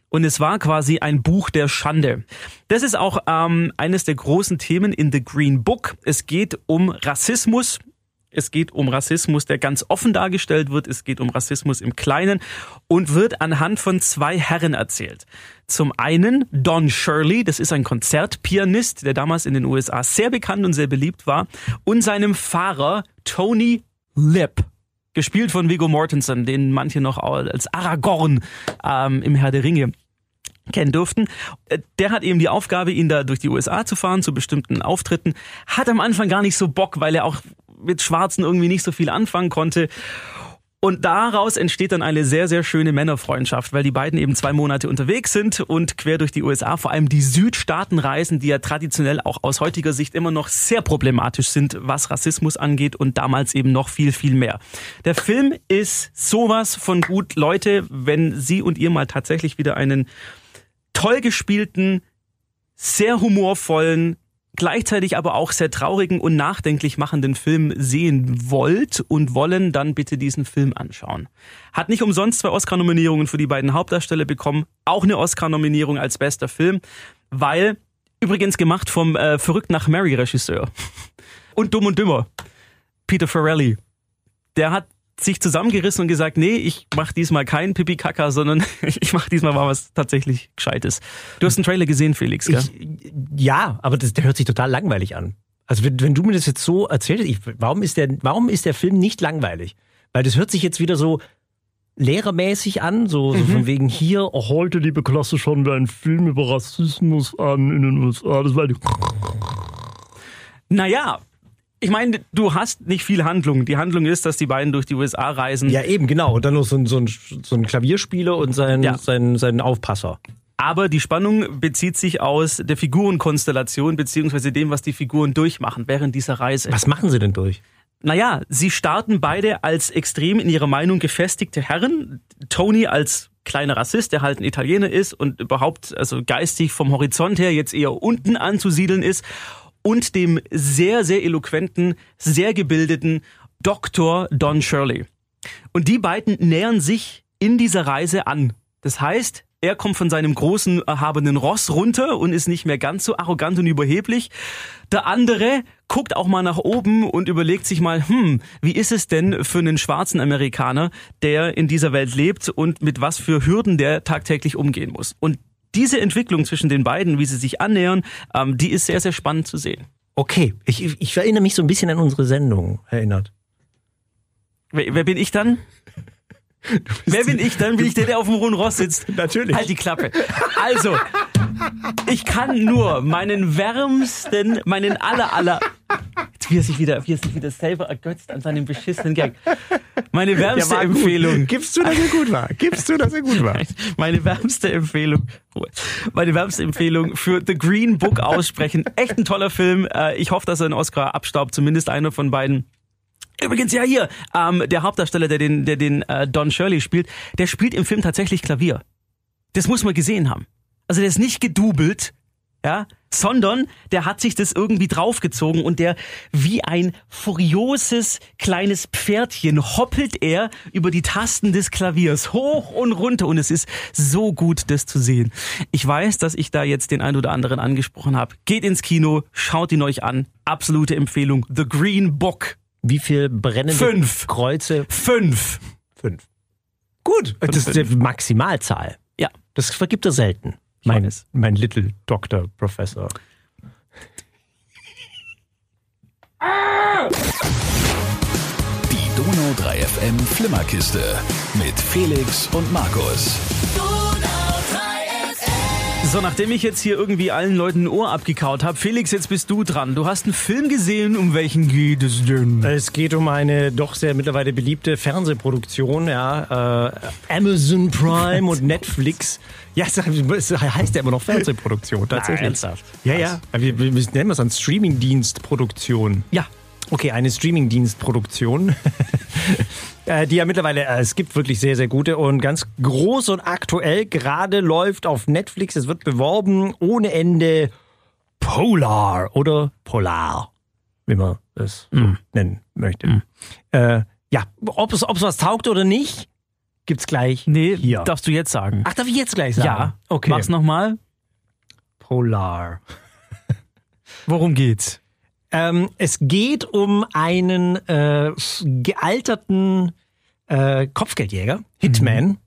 C: und es war quasi ein Buch der Schande. Das ist auch ähm, eines der großen Themen in The Green Book. Es geht um Rassismus. Es geht um Rassismus, der ganz offen dargestellt wird. Es geht um Rassismus im Kleinen und wird anhand von zwei Herren erzählt. Zum einen Don Shirley, das ist ein Konzertpianist, der damals in den USA sehr bekannt und sehr beliebt war, und seinem Fahrer Tony Lip gespielt von Viggo Mortensen, den manche noch als Aragorn ähm, im Herr der Ringe kennen durften. Äh, Der hat eben die Aufgabe, ihn da durch die USA zu fahren, zu bestimmten Auftritten. Hat am Anfang gar nicht so Bock, weil er auch mit Schwarzen irgendwie nicht so viel anfangen konnte. Und daraus entsteht dann eine sehr, sehr schöne Männerfreundschaft, weil die beiden eben zwei Monate unterwegs sind und quer durch die USA, vor allem die Südstaaten reisen, die ja traditionell auch aus heutiger Sicht immer noch sehr problematisch sind, was Rassismus angeht und damals eben noch viel, viel mehr. Der Film ist sowas von gut. Leute, wenn Sie und ihr mal tatsächlich wieder einen toll gespielten, sehr humorvollen, gleichzeitig aber auch sehr traurigen und nachdenklich machenden Film sehen wollt und wollen, dann bitte diesen Film anschauen. Hat nicht umsonst zwei Oscar-Nominierungen für die beiden Hauptdarsteller bekommen, auch eine Oscar-Nominierung als bester Film, weil Übrigens gemacht vom äh, Verrückt nach Mary Regisseur. [LAUGHS] Und Dumm und Dümmer. Peter Farrelly. Der hat sich zusammengerissen und gesagt, nee, ich mache diesmal keinen Pipi Kaka, sondern [LAUGHS] ich mache diesmal mal was tatsächlich Gescheites. Du hast einen Trailer gesehen, Felix, gell?
B: Ich, ja, aber das, der hört sich total langweilig an. Also wenn, wenn du mir das jetzt so erzählst, ich, warum, ist der, warum ist der Film nicht langweilig? Weil das hört sich jetzt wieder so lehrermäßig an, so, so von wegen hier, oh, heute, liebe Klasse, schauen wir einen Film über Rassismus an in den USA. Das war die
C: Naja, ich meine, du hast nicht viel Handlung. Die Handlung ist, dass die beiden durch die USA reisen.
B: ja, eben, genau. Und dann noch so ein, so ein, so ein Klavierspieler und sein,
C: Ja.
B: sein, sein Aufpasser.
C: Aber die Spannung bezieht sich aus der Figurenkonstellation beziehungsweise dem, was die Figuren durchmachen während dieser Reise.
B: Was machen sie denn durch?
C: Naja, sie starten beide als extrem in ihrer Meinung gefestigte Herren. Tony als kleiner Rassist, der halt ein Italiener ist und überhaupt also geistig vom Horizont her jetzt eher unten anzusiedeln ist. Und dem sehr, sehr eloquenten, sehr gebildeten Dr. Don Shirley. Und die beiden nähern sich in dieser Reise an. Das heißt, er kommt von seinem großen erhabenen Ross runter und ist nicht mehr ganz so arrogant und überheblich. Der andere guckt auch mal nach oben und überlegt sich mal, hm, wie ist es denn für einen schwarzen Amerikaner, der in dieser Welt lebt und mit was für Hürden der tagtäglich umgehen muss. Und diese Entwicklung zwischen den beiden, wie sie sich annähern, ähm, die ist sehr, sehr spannend zu sehen.
B: Okay, ich, ich- ich erinnere mich so ein bisschen an unsere Sendung, erinnert.
C: Wer, wer bin ich dann? Wer bin ich dann? Bin ich der, der auf dem hohen Ross sitzt?
B: Natürlich.
C: Halt die Klappe. Also, ich kann nur meinen wärmsten, meinen aller, aller... Jetzt, Wie er sich wieder, wie er sich wieder selber ergötzt an seinem beschissenen Gag. Meine wärmste Empfehlung.
B: Gibst du, dass er gut war? Gibst du, dass er gut war?
C: Meine wärmste Empfehlung. Ruhe. Meine wärmste Empfehlung für The Green Book aussprechen. Echt ein toller Film. Äh, Ich hoffe, dass er einen Oscar abstaubt, zumindest einer von beiden. Übrigens, ja hier, ähm, der Hauptdarsteller, der den, der den äh, Don Shirley spielt, der spielt im Film tatsächlich Klavier. Das muss man gesehen haben. Also der ist nicht gedubelt, ja, sondern der hat sich das irgendwie draufgezogen und der wie ein furioses kleines Pferdchen hoppelt er über die Tasten des Klaviers hoch und runter und es ist so gut, das zu sehen. Ich weiß, dass ich da jetzt den einen oder anderen angesprochen habe. Geht ins Kino, schaut ihn euch an. Absolute Empfehlung. The Green Book.
B: Wie viel brennende
C: Fünf.
B: Kreuze?
C: Fünf.
B: Fünf. Gut. Das ist die Maximalzahl.
C: Ja.
B: Das vergibt er selten. Mein, mein Little Doctor Professor.
A: Die Donau 3 FM Flimmerkiste mit Felix und Markus.
C: So, nachdem ich jetzt hier irgendwie allen Leuten ein Ohr abgekaut habe, Felix, jetzt bist du dran. Du hast einen Film gesehen, um welchen geht es denn?
B: Es geht um eine doch sehr mittlerweile beliebte Fernsehproduktion, ja. Äh, Amazon Prime
C: [LAUGHS]
B: und Netflix. Ja, es es heißt ja immer noch Fernsehproduktion, tatsächlich.
C: Na, ernsthaft?
B: Ja, ja. Wir, wir wir nennen das dann Streamingdienstproduktion.
C: Ja,
B: Okay, eine Streamingdienstproduktion. [LAUGHS] Äh, Die ja mittlerweile, äh, es gibt wirklich sehr, sehr gute und ganz groß und aktuell gerade läuft auf Netflix, es wird beworben ohne Ende Polar oder Polar, wie man es so
C: Mhm.
B: nennen möchte. Äh, ja, ob es, ob es was taugt oder nicht, gibt's gleich
C: nee,
B: hier.
C: darfst du jetzt sagen.
B: Ach, darf ich jetzt gleich sagen?
C: ja,
B: okay.
C: Mach's nochmal.
B: Polar.
C: Worum geht's?
B: Ähm, es geht um einen äh, gealterten äh, Kopfgeldjäger, Hitman. Mhm.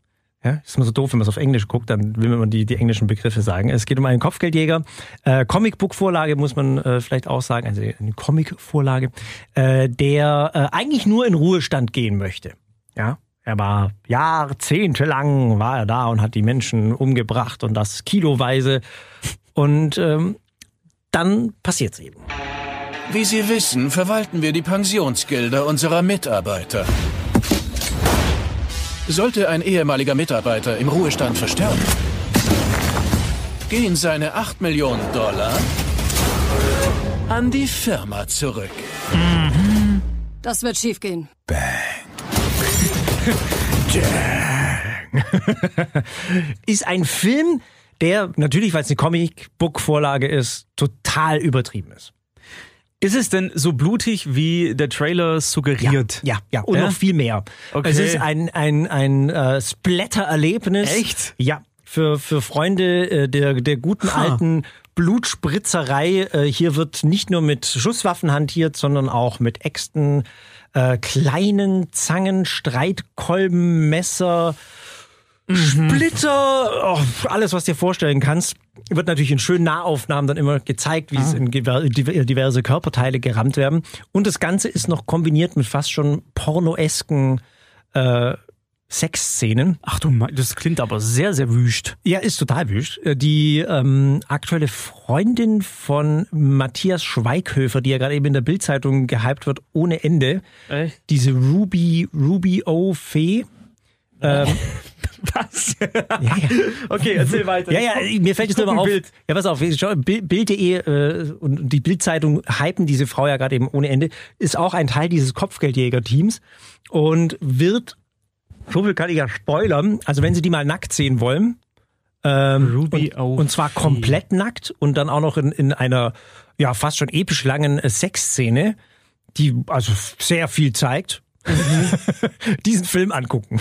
B: Ja, ist immer so doof, wenn man es auf Englisch guckt, dann will man immer die, die englischen Begriffe sagen. Es geht um einen Kopfgeldjäger. Äh, Comicbook-Vorlage muss man äh, vielleicht auch sagen, also eine Comic-Vorlage, äh, der äh, eigentlich nur in Ruhestand gehen möchte. Ja. Er war jahrzehntelang war er da und hat die Menschen umgebracht und das kiloweise. Und ähm, dann passiert's eben.
A: Wie Sie wissen, verwalten wir die Pensionsgelder unserer Mitarbeiter. Sollte ein ehemaliger Mitarbeiter im Ruhestand versterben, gehen seine 8 Millionen Dollar an die Firma zurück.
J: Das wird schief gehen.
B: ist ein Film, der natürlich, weil es eine Comic-Book-Vorlage ist, total übertrieben ist.
C: Ist es denn so blutig, wie der Trailer suggeriert?
B: Ja, ja. Und
C: Ja?
B: noch viel mehr.
C: Okay.
B: Es ist ein, ein, ein äh, Splatter-Erlebnis.
C: Echt?
B: Ja. Für, für Freunde äh, der, der guten alten Blutspritzerei. Äh, hier wird nicht nur mit Schusswaffen hantiert, sondern auch mit Äxten, äh, kleinen Zangen, Streitkolben, Messer, Splitter, oh, alles, was dir vorstellen kannst. Wird natürlich in schönen Nahaufnahmen dann immer gezeigt, wie es in gewer- diver- diverse Körperteile gerammt werden. Und das Ganze ist noch kombiniert mit fast schon pornoesken äh, Sexszenen.
C: Ach du, mein, das klingt aber sehr, sehr wüst.
B: Ja, ist total wüst. Äh, Die ähm, aktuelle Freundin von Matthias Schweighöfer, die ja gerade eben in der Bildzeitung gehypt wird, ohne Ende,
C: Echt?
B: diese Ruby, Ruby O. Fee.
C: Äh. [LAUGHS] Was?
B: Ja, ja.
C: Okay, erzähl weiter.
B: Ja, ja, mir fällt es nur mal
C: guck
B: auf.
C: ein Bild.
B: Ja, pass auf, schau, Bi- Bild.de äh, und die Bildzeitung hypen diese Frau ja gerade eben ohne Ende, ist auch ein Teil dieses Kopfgeldjäger-Teams und wird, so viel kann ich ja spoilern, also wenn sie die mal nackt sehen wollen, ähm,
C: Ruby
B: und,
C: auf
B: und zwar
C: Fee.
B: komplett nackt und dann auch noch in, in einer ja fast schon episch langen äh, Sexszene, die also sehr viel zeigt,
C: Mhm.
B: [LAUGHS] diesen Film angucken.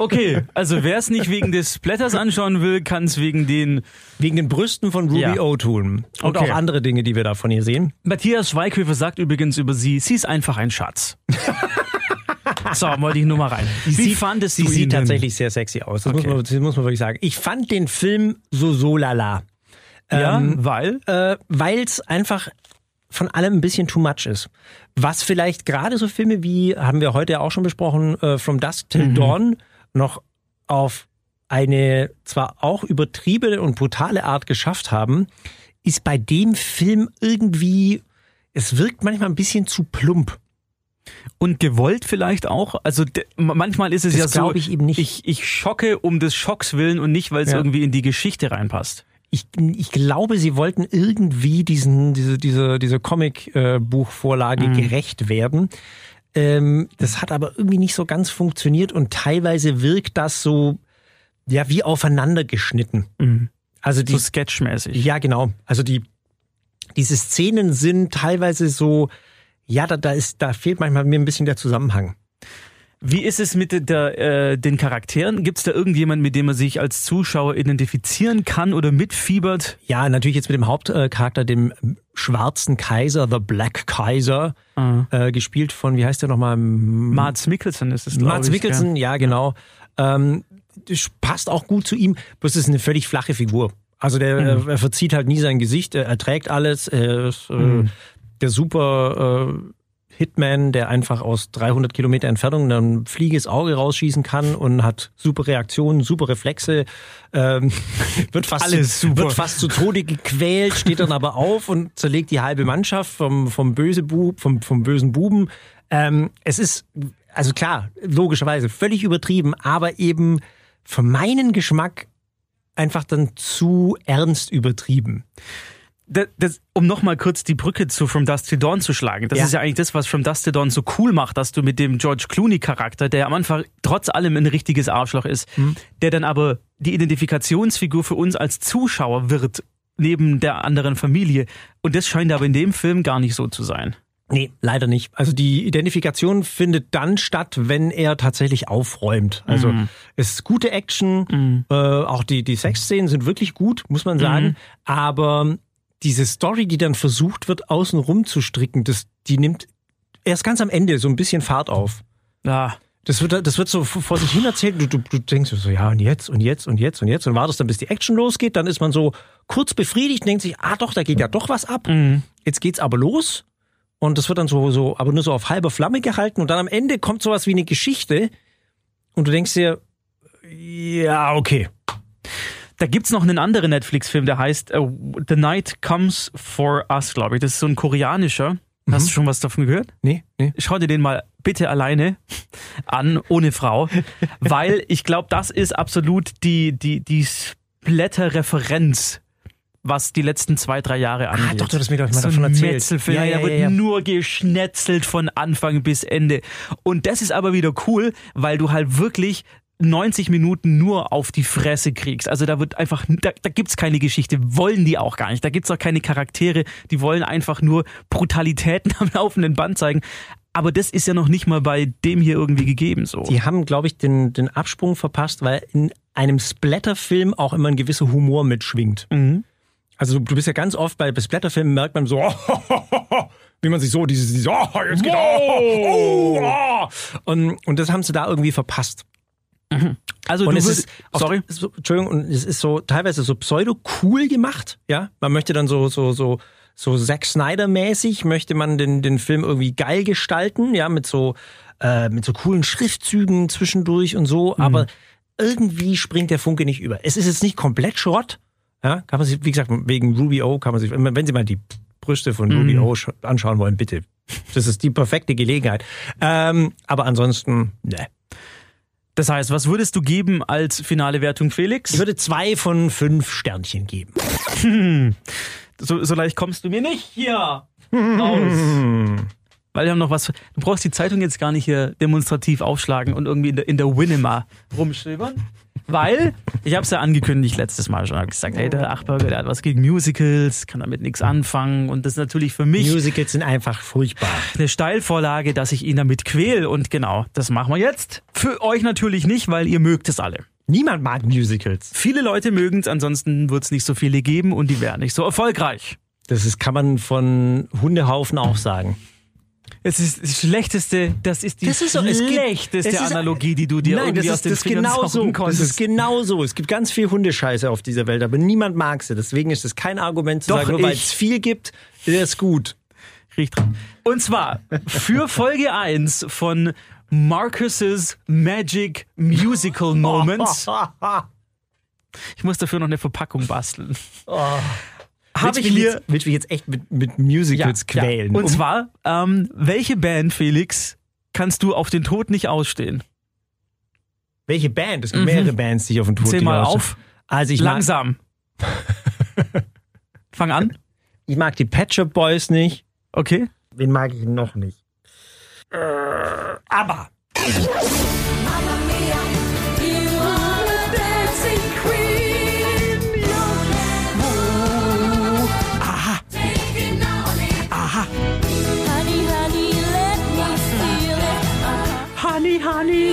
C: Okay, also wer es nicht wegen des Blätters anschauen will, kann es wegen den
B: Wegen den Brüsten von Ruby
C: Ja.
B: O'Toole und
C: Okay.
B: auch andere Dinge, die wir da von ihr sehen.
C: Matthias Schweighöfer sagt übrigens über sie, sie ist einfach ein [LAUGHS] Schatz. so, wollte ich nur mal rein. Wie
B: sieht-
C: fandest
B: Sie
C: du ihn
B: sieht
C: denn?
B: tatsächlich sehr sexy aus. Das,
C: Okay.
B: muss man, das muss man wirklich sagen. Ich fand den Film so so lala,
C: Ja, weil?
B: äh, weil es einfach von allem ein bisschen too much ist. Was vielleicht gerade so Filme wie, haben wir heute ja auch schon besprochen, äh, From Dusk Till
C: Mhm.
B: Dawn noch auf eine zwar auch übertriebene und brutale Art geschafft haben, ist bei dem Film irgendwie, es wirkt manchmal ein bisschen zu plump.
C: Und gewollt vielleicht auch? Also de- ma- manchmal ist es
B: Das
C: ja so,
B: glaub ich eben nicht.
C: Ich, ich schocke um des Schocks willen und nicht, weil es
B: Ja.
C: irgendwie in die Geschichte reinpasst.
B: ich, ich glaube, sie wollten irgendwie diesen, diese, diese, diese Comic-Buchvorlage gerecht werden. Ähm, das hat aber irgendwie nicht so ganz funktioniert und teilweise wirkt das so, ja, wie aufeinander geschnitten. Also die,
C: So sketchmäßig.
B: ja, genau. Also die, diese Szenen sind teilweise so, ja, da, da ist, da fehlt manchmal mir ein bisschen der Zusammenhang.
C: Wie ist es mit der, äh, den Charakteren? Gibt es da irgendjemanden, mit dem man sich als Zuschauer identifizieren kann oder mitfiebert?
B: Ja, natürlich jetzt mit dem Hauptcharakter, dem schwarzen Kaiser, The Black Kaiser, äh, gespielt von, wie heißt der nochmal?
C: Mads Mikkelsen ist es, glaub
B: Mats
C: ich,
B: Mikkelsen, ja, genau. Ähm, das passt auch gut zu ihm, bloß es ist eine völlig flache Figur. Also der äh, er verzieht halt nie sein Gesicht, er, er trägt alles, er ist äh, der super äh, Hitman, der einfach aus 300 Kilometer Entfernung dann Fliege ins Auge rausschießen kann und hat super Reaktionen, super Reflexe, ähm, [LAUGHS] wird, fast
C: Alles
B: zu,
C: super.
B: wird fast zu Tode gequält, steht dann aber auf und zerlegt die halbe Mannschaft vom, vom, böse Bub, vom, vom bösen Buben. Ähm, es ist, also klar, logischerweise völlig übertrieben, aber eben für meinen Geschmack einfach dann zu ernst übertrieben.
C: das, das, um nochmal kurz die Brücke zu From Dust to Dawn zu schlagen, das
B: Ja.
C: ist ja eigentlich das, was From Dust to Dawn so cool macht, dass du mit dem George Clooney-Charakter, der am Anfang trotz allem ein richtiges Arschloch ist, der dann aber die Identifikationsfigur für uns als Zuschauer wird, neben der anderen Familie. Und das scheint aber in dem Film gar nicht so zu sein.
B: Nee, leider nicht. Also die Identifikation findet dann statt, wenn er tatsächlich aufräumt. Also es ist gute Action, äh, auch die, die Sexszenen sind wirklich gut, muss man sagen. Aber diese Story, die dann versucht wird, außen rum zu stricken, das, die nimmt erst ganz am Ende so ein bisschen Fahrt auf.
C: Ja.
B: Das wird, das wird so vor sich hin erzählt. Du, du, du denkst so, ja, und jetzt, und jetzt, und jetzt, und jetzt. Und wartest dann, bis die Action losgeht. Dann ist man so kurz befriedigt und denkt sich, ah doch, da geht ja doch was ab. Jetzt geht's aber los. Und das wird dann so, so, aber nur so auf halber Flamme gehalten. Und dann am Ende kommt sowas wie eine Geschichte. Und du denkst dir, ja, okay.
C: Da gibt's noch einen anderen Netflix-Film, der heißt äh, The Night Comes for Us, glaube ich. Das ist so ein koreanischer. Hast du schon was davon gehört?
B: Nee, nee.
C: schau dir den mal bitte alleine an, ohne Frau, weil ich glaube, das ist absolut die, die, die Splatter-Referenz, was die letzten zwei, drei Jahre angeht.
B: Ah, doch, du hast mir, glaub ich, mal
C: so
B: davon
C: ein
B: erzählt.
C: Metzelfilm,
B: Ja, ja,
C: da wird
B: ja, ja.
C: nur geschnetzelt von Anfang bis Ende. Und das ist aber wieder cool, weil du halt wirklich 90 Minuten nur auf die Fresse kriegst. Also da wird einfach, da, da gibt's keine Geschichte, wollen die auch gar nicht. Da gibt's auch keine Charaktere, die wollen einfach nur Brutalitäten [LAUGHS] am laufenden Band zeigen. Aber das ist ja noch nicht mal bei dem hier irgendwie gegeben so.
B: Die haben, glaube ich, den, den Absprung verpasst, weil in einem Splatter-Film auch immer ein gewisser Humor mitschwingt. Also du bist ja ganz oft bei bei Splatterfilmen merkt man so, [LAUGHS] oh, wie man sich so dieses, dieses oh, jetzt geht, oh, oh, oh. Und, und das haben sie da irgendwie verpasst.
C: Also
B: Und
C: du
B: es
C: würdest,
B: ist, sorry, so, Entschuldigung, und es ist so teilweise so pseudo cool gemacht, ja. Man möchte dann so so so so Zack Snyder mäßig möchte man den den Film irgendwie geil gestalten, ja, mit so äh, mit so coolen Schriftzügen zwischendurch und so, aber irgendwie springt der Funke nicht über. Es ist jetzt nicht komplett Schrott, ja. Kann man sich, wie gesagt, wegen Ruby O kann man sich, wenn Sie mal die Brüste von Ruby O sch- anschauen wollen, bitte. Das ist die perfekte Gelegenheit. Ähm, aber ansonsten, ne.
C: das heißt, was würdest du geben als finale Wertung, Felix?
B: Ich würde zwei von fünf Sternchen geben.
C: so, so leicht kommst du mir nicht hier raus. Weil wir haben noch was. Du brauchst die Zeitung jetzt gar nicht hier demonstrativ aufschlagen und irgendwie in der, in der Winema rumstöbern. Weil, ich habe es ja angekündigt letztes Mal schon, hab gesagt, hey, der Achberger, der hat was gegen Musicals, kann damit nichts anfangen. Und das ist natürlich für mich
B: Musicals sind einfach furchtbar.
C: eine Steilvorlage, dass ich ihn damit quäl. Und genau, das machen wir jetzt. Für euch natürlich nicht, weil ihr mögt es alle.
B: Niemand mag Musicals.
C: Viele Leute mögen es, ansonsten wird es nicht so viele geben und die wären nicht so erfolgreich.
B: Das ist, kann man von Hundehaufen auch sagen.
C: Es ist das schlechteste, das ist die
B: Das ist so- es gibt-
C: schlechteste
B: es ist-
C: Analogie, die du dir irgendwie aus den Fingern saugen
B: Das
C: konntest.
B: ist genau so. Es gibt ganz viel Hundescheiße auf dieser Welt, aber niemand mag sie. Deswegen ist es kein Argument zu
C: Doch,
B: sagen, nur weil
C: ich-
B: es viel gibt, ist es gut.
C: Riecht dran. Und zwar für Folge 1 von Marcus's Magic [LAUGHS] Musical
B: [LAUGHS]
C: Moments. Ich muss dafür noch eine Verpackung basteln. Habe Oh. ich mir
B: willst, du mich
C: Um
B: jetzt, willst du mich jetzt echt mit, mit Musicals quälen? Um
C: Und zwar, ähm, welche Band, Felix, kannst du auf den Tod nicht ausstehen?
B: welche Band? Es gibt mehrere Bands, die ich auf den Tour
C: Mhm. Zähl mal
B: gelaufen
C: auf.
B: habe. Also ich mag,
C: Langsam. Fang an.
B: ich mag die Patch Up Boys nicht.
C: Okay.
B: Wen mag ich noch nicht?
C: Honey, honey.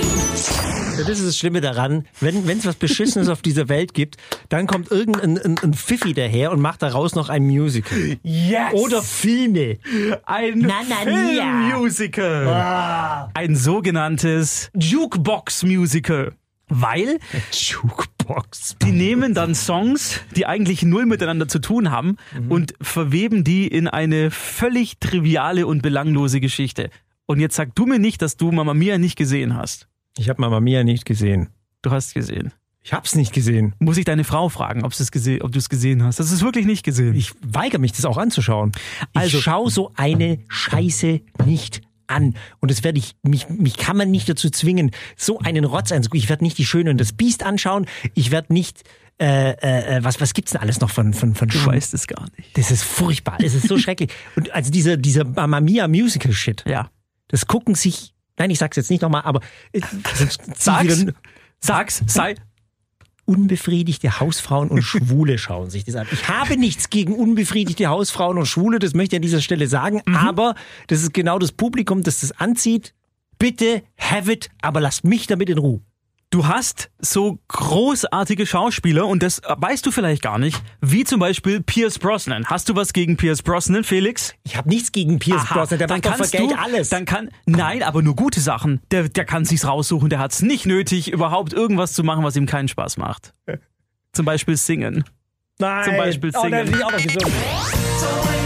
B: Ja, Das ist das Schlimme daran, wenn es was Beschissenes auf dieser Welt gibt, dann kommt irgendein ein, ein Pfiffi daher und macht daraus noch ein Musical.
C: Yes.
B: Oder Filme.
C: ein
B: Nanania.
C: Filmmusical. Ein sogenanntes Jukebox-Musical. Weil
B: Jukebox.
C: die nehmen dann Songs, die eigentlich null miteinander zu tun haben, und verweben die in eine völlig triviale und belanglose Geschichte. Und jetzt sag du mir nicht, dass du Mamma Mia nicht gesehen hast.
B: Ich habe Mama Mia nicht gesehen.
C: Du hast gesehen.
B: Ich hab's nicht gesehen.
C: Muss ich deine Frau fragen, ob's das gese ob du es gesehen hast? Das ist wirklich nicht gesehen.
B: Ich weigere mich, das auch anzuschauen.
C: Also-
B: ich schau so eine Scheiße nicht an. Und das werde ich, mich, mich kann man nicht dazu zwingen, so einen Rotz anzugucken. Ich werde nicht die Schöne und das Biest anschauen. Ich werde nicht, äh, äh, äh, was, was gibt's denn alles noch von, von, von
C: du
B: Scheiß?
C: weißt es gar nicht.
B: Das ist furchtbar.
C: [LAUGHS]
B: Es ist so schrecklich. Und also dieser, dieser Mamma Mia Musical Shit,
C: Ja.
B: das gucken sich, nein, ich sag's jetzt nicht nochmal, aber äh, sonst zieh
C: Sag's.
B: wieder-
C: Sag's, sei.
B: unbefriedigte Hausfrauen und Schwule schauen sich das an. Ich habe nichts gegen unbefriedigte Hausfrauen und Schwule, das möchte ich an dieser Stelle sagen,
C: Mhm.
B: aber das ist genau das Publikum, das das anzieht. Bitte have it, aber lasst mich damit in Ruhe.
C: Du hast so großartige Schauspieler und das weißt du vielleicht gar nicht, wie zum Beispiel Pierce Brosnan. Hast du was gegen Pierce Brosnan, Felix?
B: Ich habe nichts gegen Pierce
C: Aha,
B: Brosnan, der macht doch für Geld
C: du,
B: alles.
C: Dann kann, nein, aber nur gute Sachen. Der, der kann sich's raussuchen. Der hat's nicht nötig, überhaupt irgendwas zu machen, was ihm keinen Spaß
B: [LAUGHS]
C: macht. Zum Beispiel singen.
B: nein.
C: zum Beispiel
B: Oh, dann
C: singen.
B: bin ich auch noch gesund.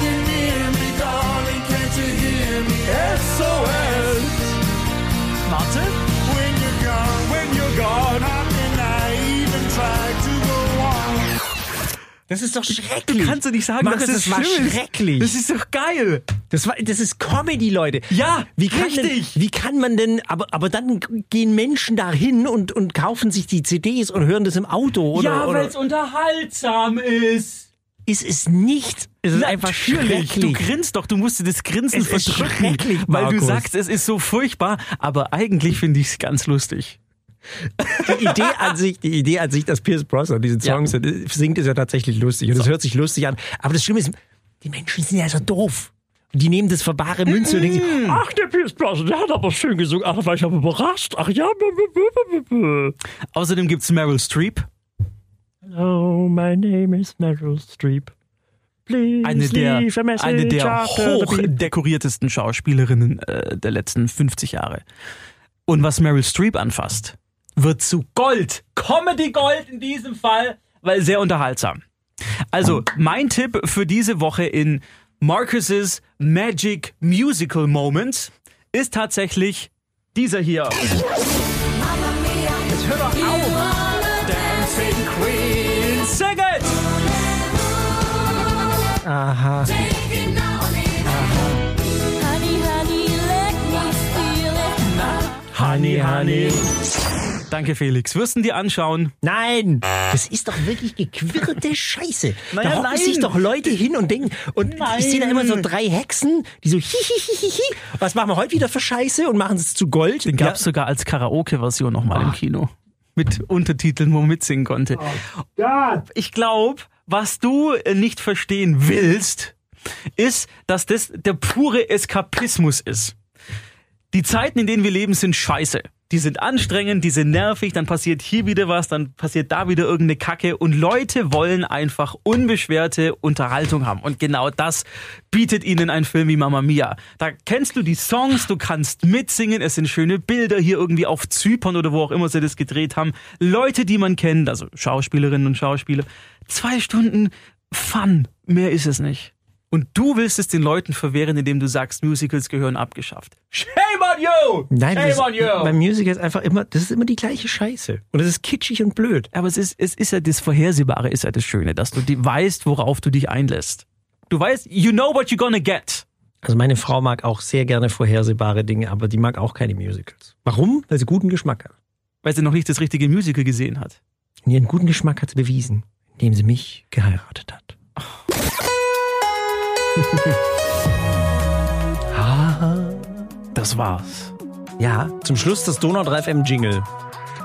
C: Warte.
B: Das ist doch schrecklich.
C: Du kannst doch nicht sagen,
B: Markus,
C: dass das,
B: das war
C: schlimm ist.
B: schrecklich.
C: Das ist doch geil.
B: Das, war, das ist Comedy, Leute.
C: Ja,
B: wie kann
C: richtig.
B: Denn, wie kann man denn, aber, aber dann gehen Menschen dahin und, und kaufen sich die CDs und hören das im Auto oder,
C: ja,
B: oder
C: weil es unterhaltsam ist.
B: ist es nicht. Es ist einfach
C: Natürlich. Du
B: schrecklich.
C: grinst doch, du musst dir das Grinsen
B: Es ist
C: verdrücken,
B: schrecklich,
C: weil du
B: Markus.
C: sagst, es ist so furchtbar, aber eigentlich finde ich es ganz lustig.
B: Die Idee an sich, die Idee an sich, dass Pierce Brosnan diese Songs singt, ist ja tatsächlich lustig und es hört sich lustig an. Aber das Schlimme ist, die Menschen sind ja so doof. Und Die nehmen das für bare Münze und denken sich, ach, der Pierce Brosnan, der hat aber schön gesungen. Ach, da war ich aber überrascht. Ach ja.
C: Außerdem gibt's Meryl Streep.
B: Oh, Hello, my name is Meryl Streep. Please
C: Eine der,
B: leave a message
C: eine der
B: after the beep.
C: hochdekoriertesten Schauspielerinnen äh, der letzten 50 Jahre. Und was Meryl Streep anfasst, wird zu Gold. Comedy Gold in diesem Fall, weil sehr unterhaltsam. Also, mein Tipp für diese Woche in Marcus's Magic Musical Moment ist tatsächlich dieser hier. Jetzt hör doch auf! Dancing Queen, sing it!
B: Aha. Honey, honey.
C: Danke, Felix. Wirst du ihn dir anschauen?
B: Nein, das ist doch wirklich gequirlte Scheiße.
C: Naja,
B: da hocken
C: nein.
B: sich doch Leute hin und denken, und ich sehe da immer so drei Hexen, die so hihihihihi, was machen wir heute wieder für Scheiße und machen es zu Gold.
C: Den gab es sogar als Karaoke-Version nochmal
B: Ah.
C: im Kino. Mit Untertiteln, wo man mitsingen konnte. Ich glaube, was du äh, nicht verstehen willst, ist, dass das der pure Eskapismus ist. Die Zeiten, in denen wir leben, sind scheiße. Die sind anstrengend, die sind nervig, dann passiert hier wieder was, dann passiert da wieder irgendeine Kacke und Leute wollen einfach unbeschwerte Unterhaltung haben. Und genau das bietet ihnen ein Film wie Mamma Mia. Da kennst du die Songs, du kannst mitsingen, es sind schöne Bilder hier irgendwie auf Zypern oder wo auch immer sie das gedreht haben. Leute, die man kennt, also Schauspielerinnen und Schauspieler. Zwei Stunden Fun, mehr ist es nicht. Und du willst es den Leuten verwehren, indem du sagst, Musicals gehören abgeschafft. Shame on you!
B: Nein,
C: Shame
B: das,
C: on you!
B: beim Musical ist einfach immer, das ist immer die gleiche Scheiße. Und es ist kitschig und blöd.
C: Aber es ist, es ist ja das Vorhersehbare, ist ja das Schöne, dass du die, weißt, worauf du dich einlässt. Du weißt, you know what you're gonna get.
B: Also meine Frau mag auch sehr gerne vorhersehbare Dinge, aber die mag auch keine Musicals. Warum? Weil sie guten Geschmack hat.
C: Weil sie noch nicht das richtige Musical gesehen hat.
B: Und ihren guten Geschmack hat sie bewiesen, indem sie mich geheiratet hat.
C: Das war's.
B: Ja, zum Schluss das Donau 3FM Jingle.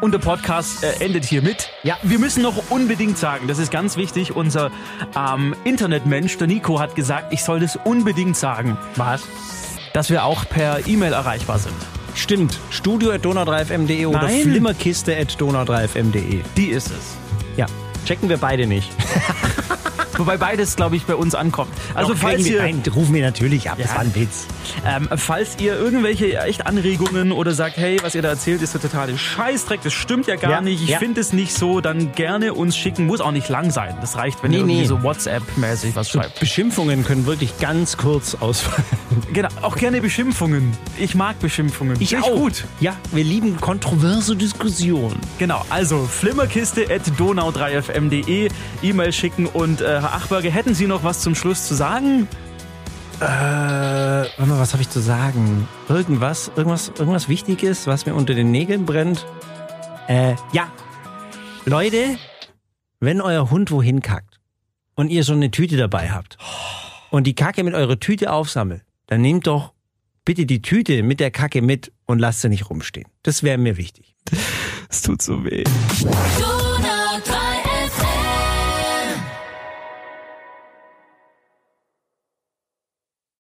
C: Und der Podcast äh, endet hiermit.
B: Ja.
C: Wir müssen noch unbedingt sagen, das ist ganz wichtig, unser ähm, Internetmensch, der Nico, hat gesagt, ich soll das unbedingt sagen. Was? Dass wir auch per E-Mail erreichbar sind.
B: Stimmt, studio at donau3fm.de E oder
C: Nein.
B: flimmerkiste at donau3fm.de.
C: Die ist es.
B: Ja, checken wir beide nicht.
C: Wobei beides, glaube ich, bei uns ankommt. Also falls ihr,
B: ein, rufen wir natürlich ab, das war ein Witz.
C: ähm, falls ihr irgendwelche echt Anregungen oder sagt, hey, was ihr da erzählt, ist der totale Scheißdreck, das stimmt ja gar
B: Ja,
C: nicht, ich
B: ja.
C: finde es nicht so, dann gerne uns schicken. Muss auch nicht lang sein. Das reicht, wenn ihr
B: Nee,
C: irgendwie
B: nee.
C: so WhatsApp-mäßig was schreibt.
B: Beschimpfungen können wirklich ganz kurz ausfallen.
C: Genau, auch gerne Beschimpfungen. Ich mag Beschimpfungen. Finde gut.
B: Ja, wir lieben kontroverse Diskussionen.
C: Genau, also flimmerkiste at donau3fm.de, E. E-Mail schicken und äh, Herr Achberger, hätten Sie noch was zum Schluss zu sagen?
B: Äh, warte mal, was habe ich zu sagen? Irgendwas, irgendwas, irgendwas Wichtiges, was mir unter den Nägeln brennt? Äh, ja. Leute, wenn euer Hund wohin kackt und ihr so eine Tüte dabei habt und die Kacke mit eurer Tüte aufsammelt, dann nehmt doch bitte die Tüte mit der Kacke mit und lasst sie nicht rumstehen. Das wäre mir wichtig.
C: Es tut so weh.
J: Donau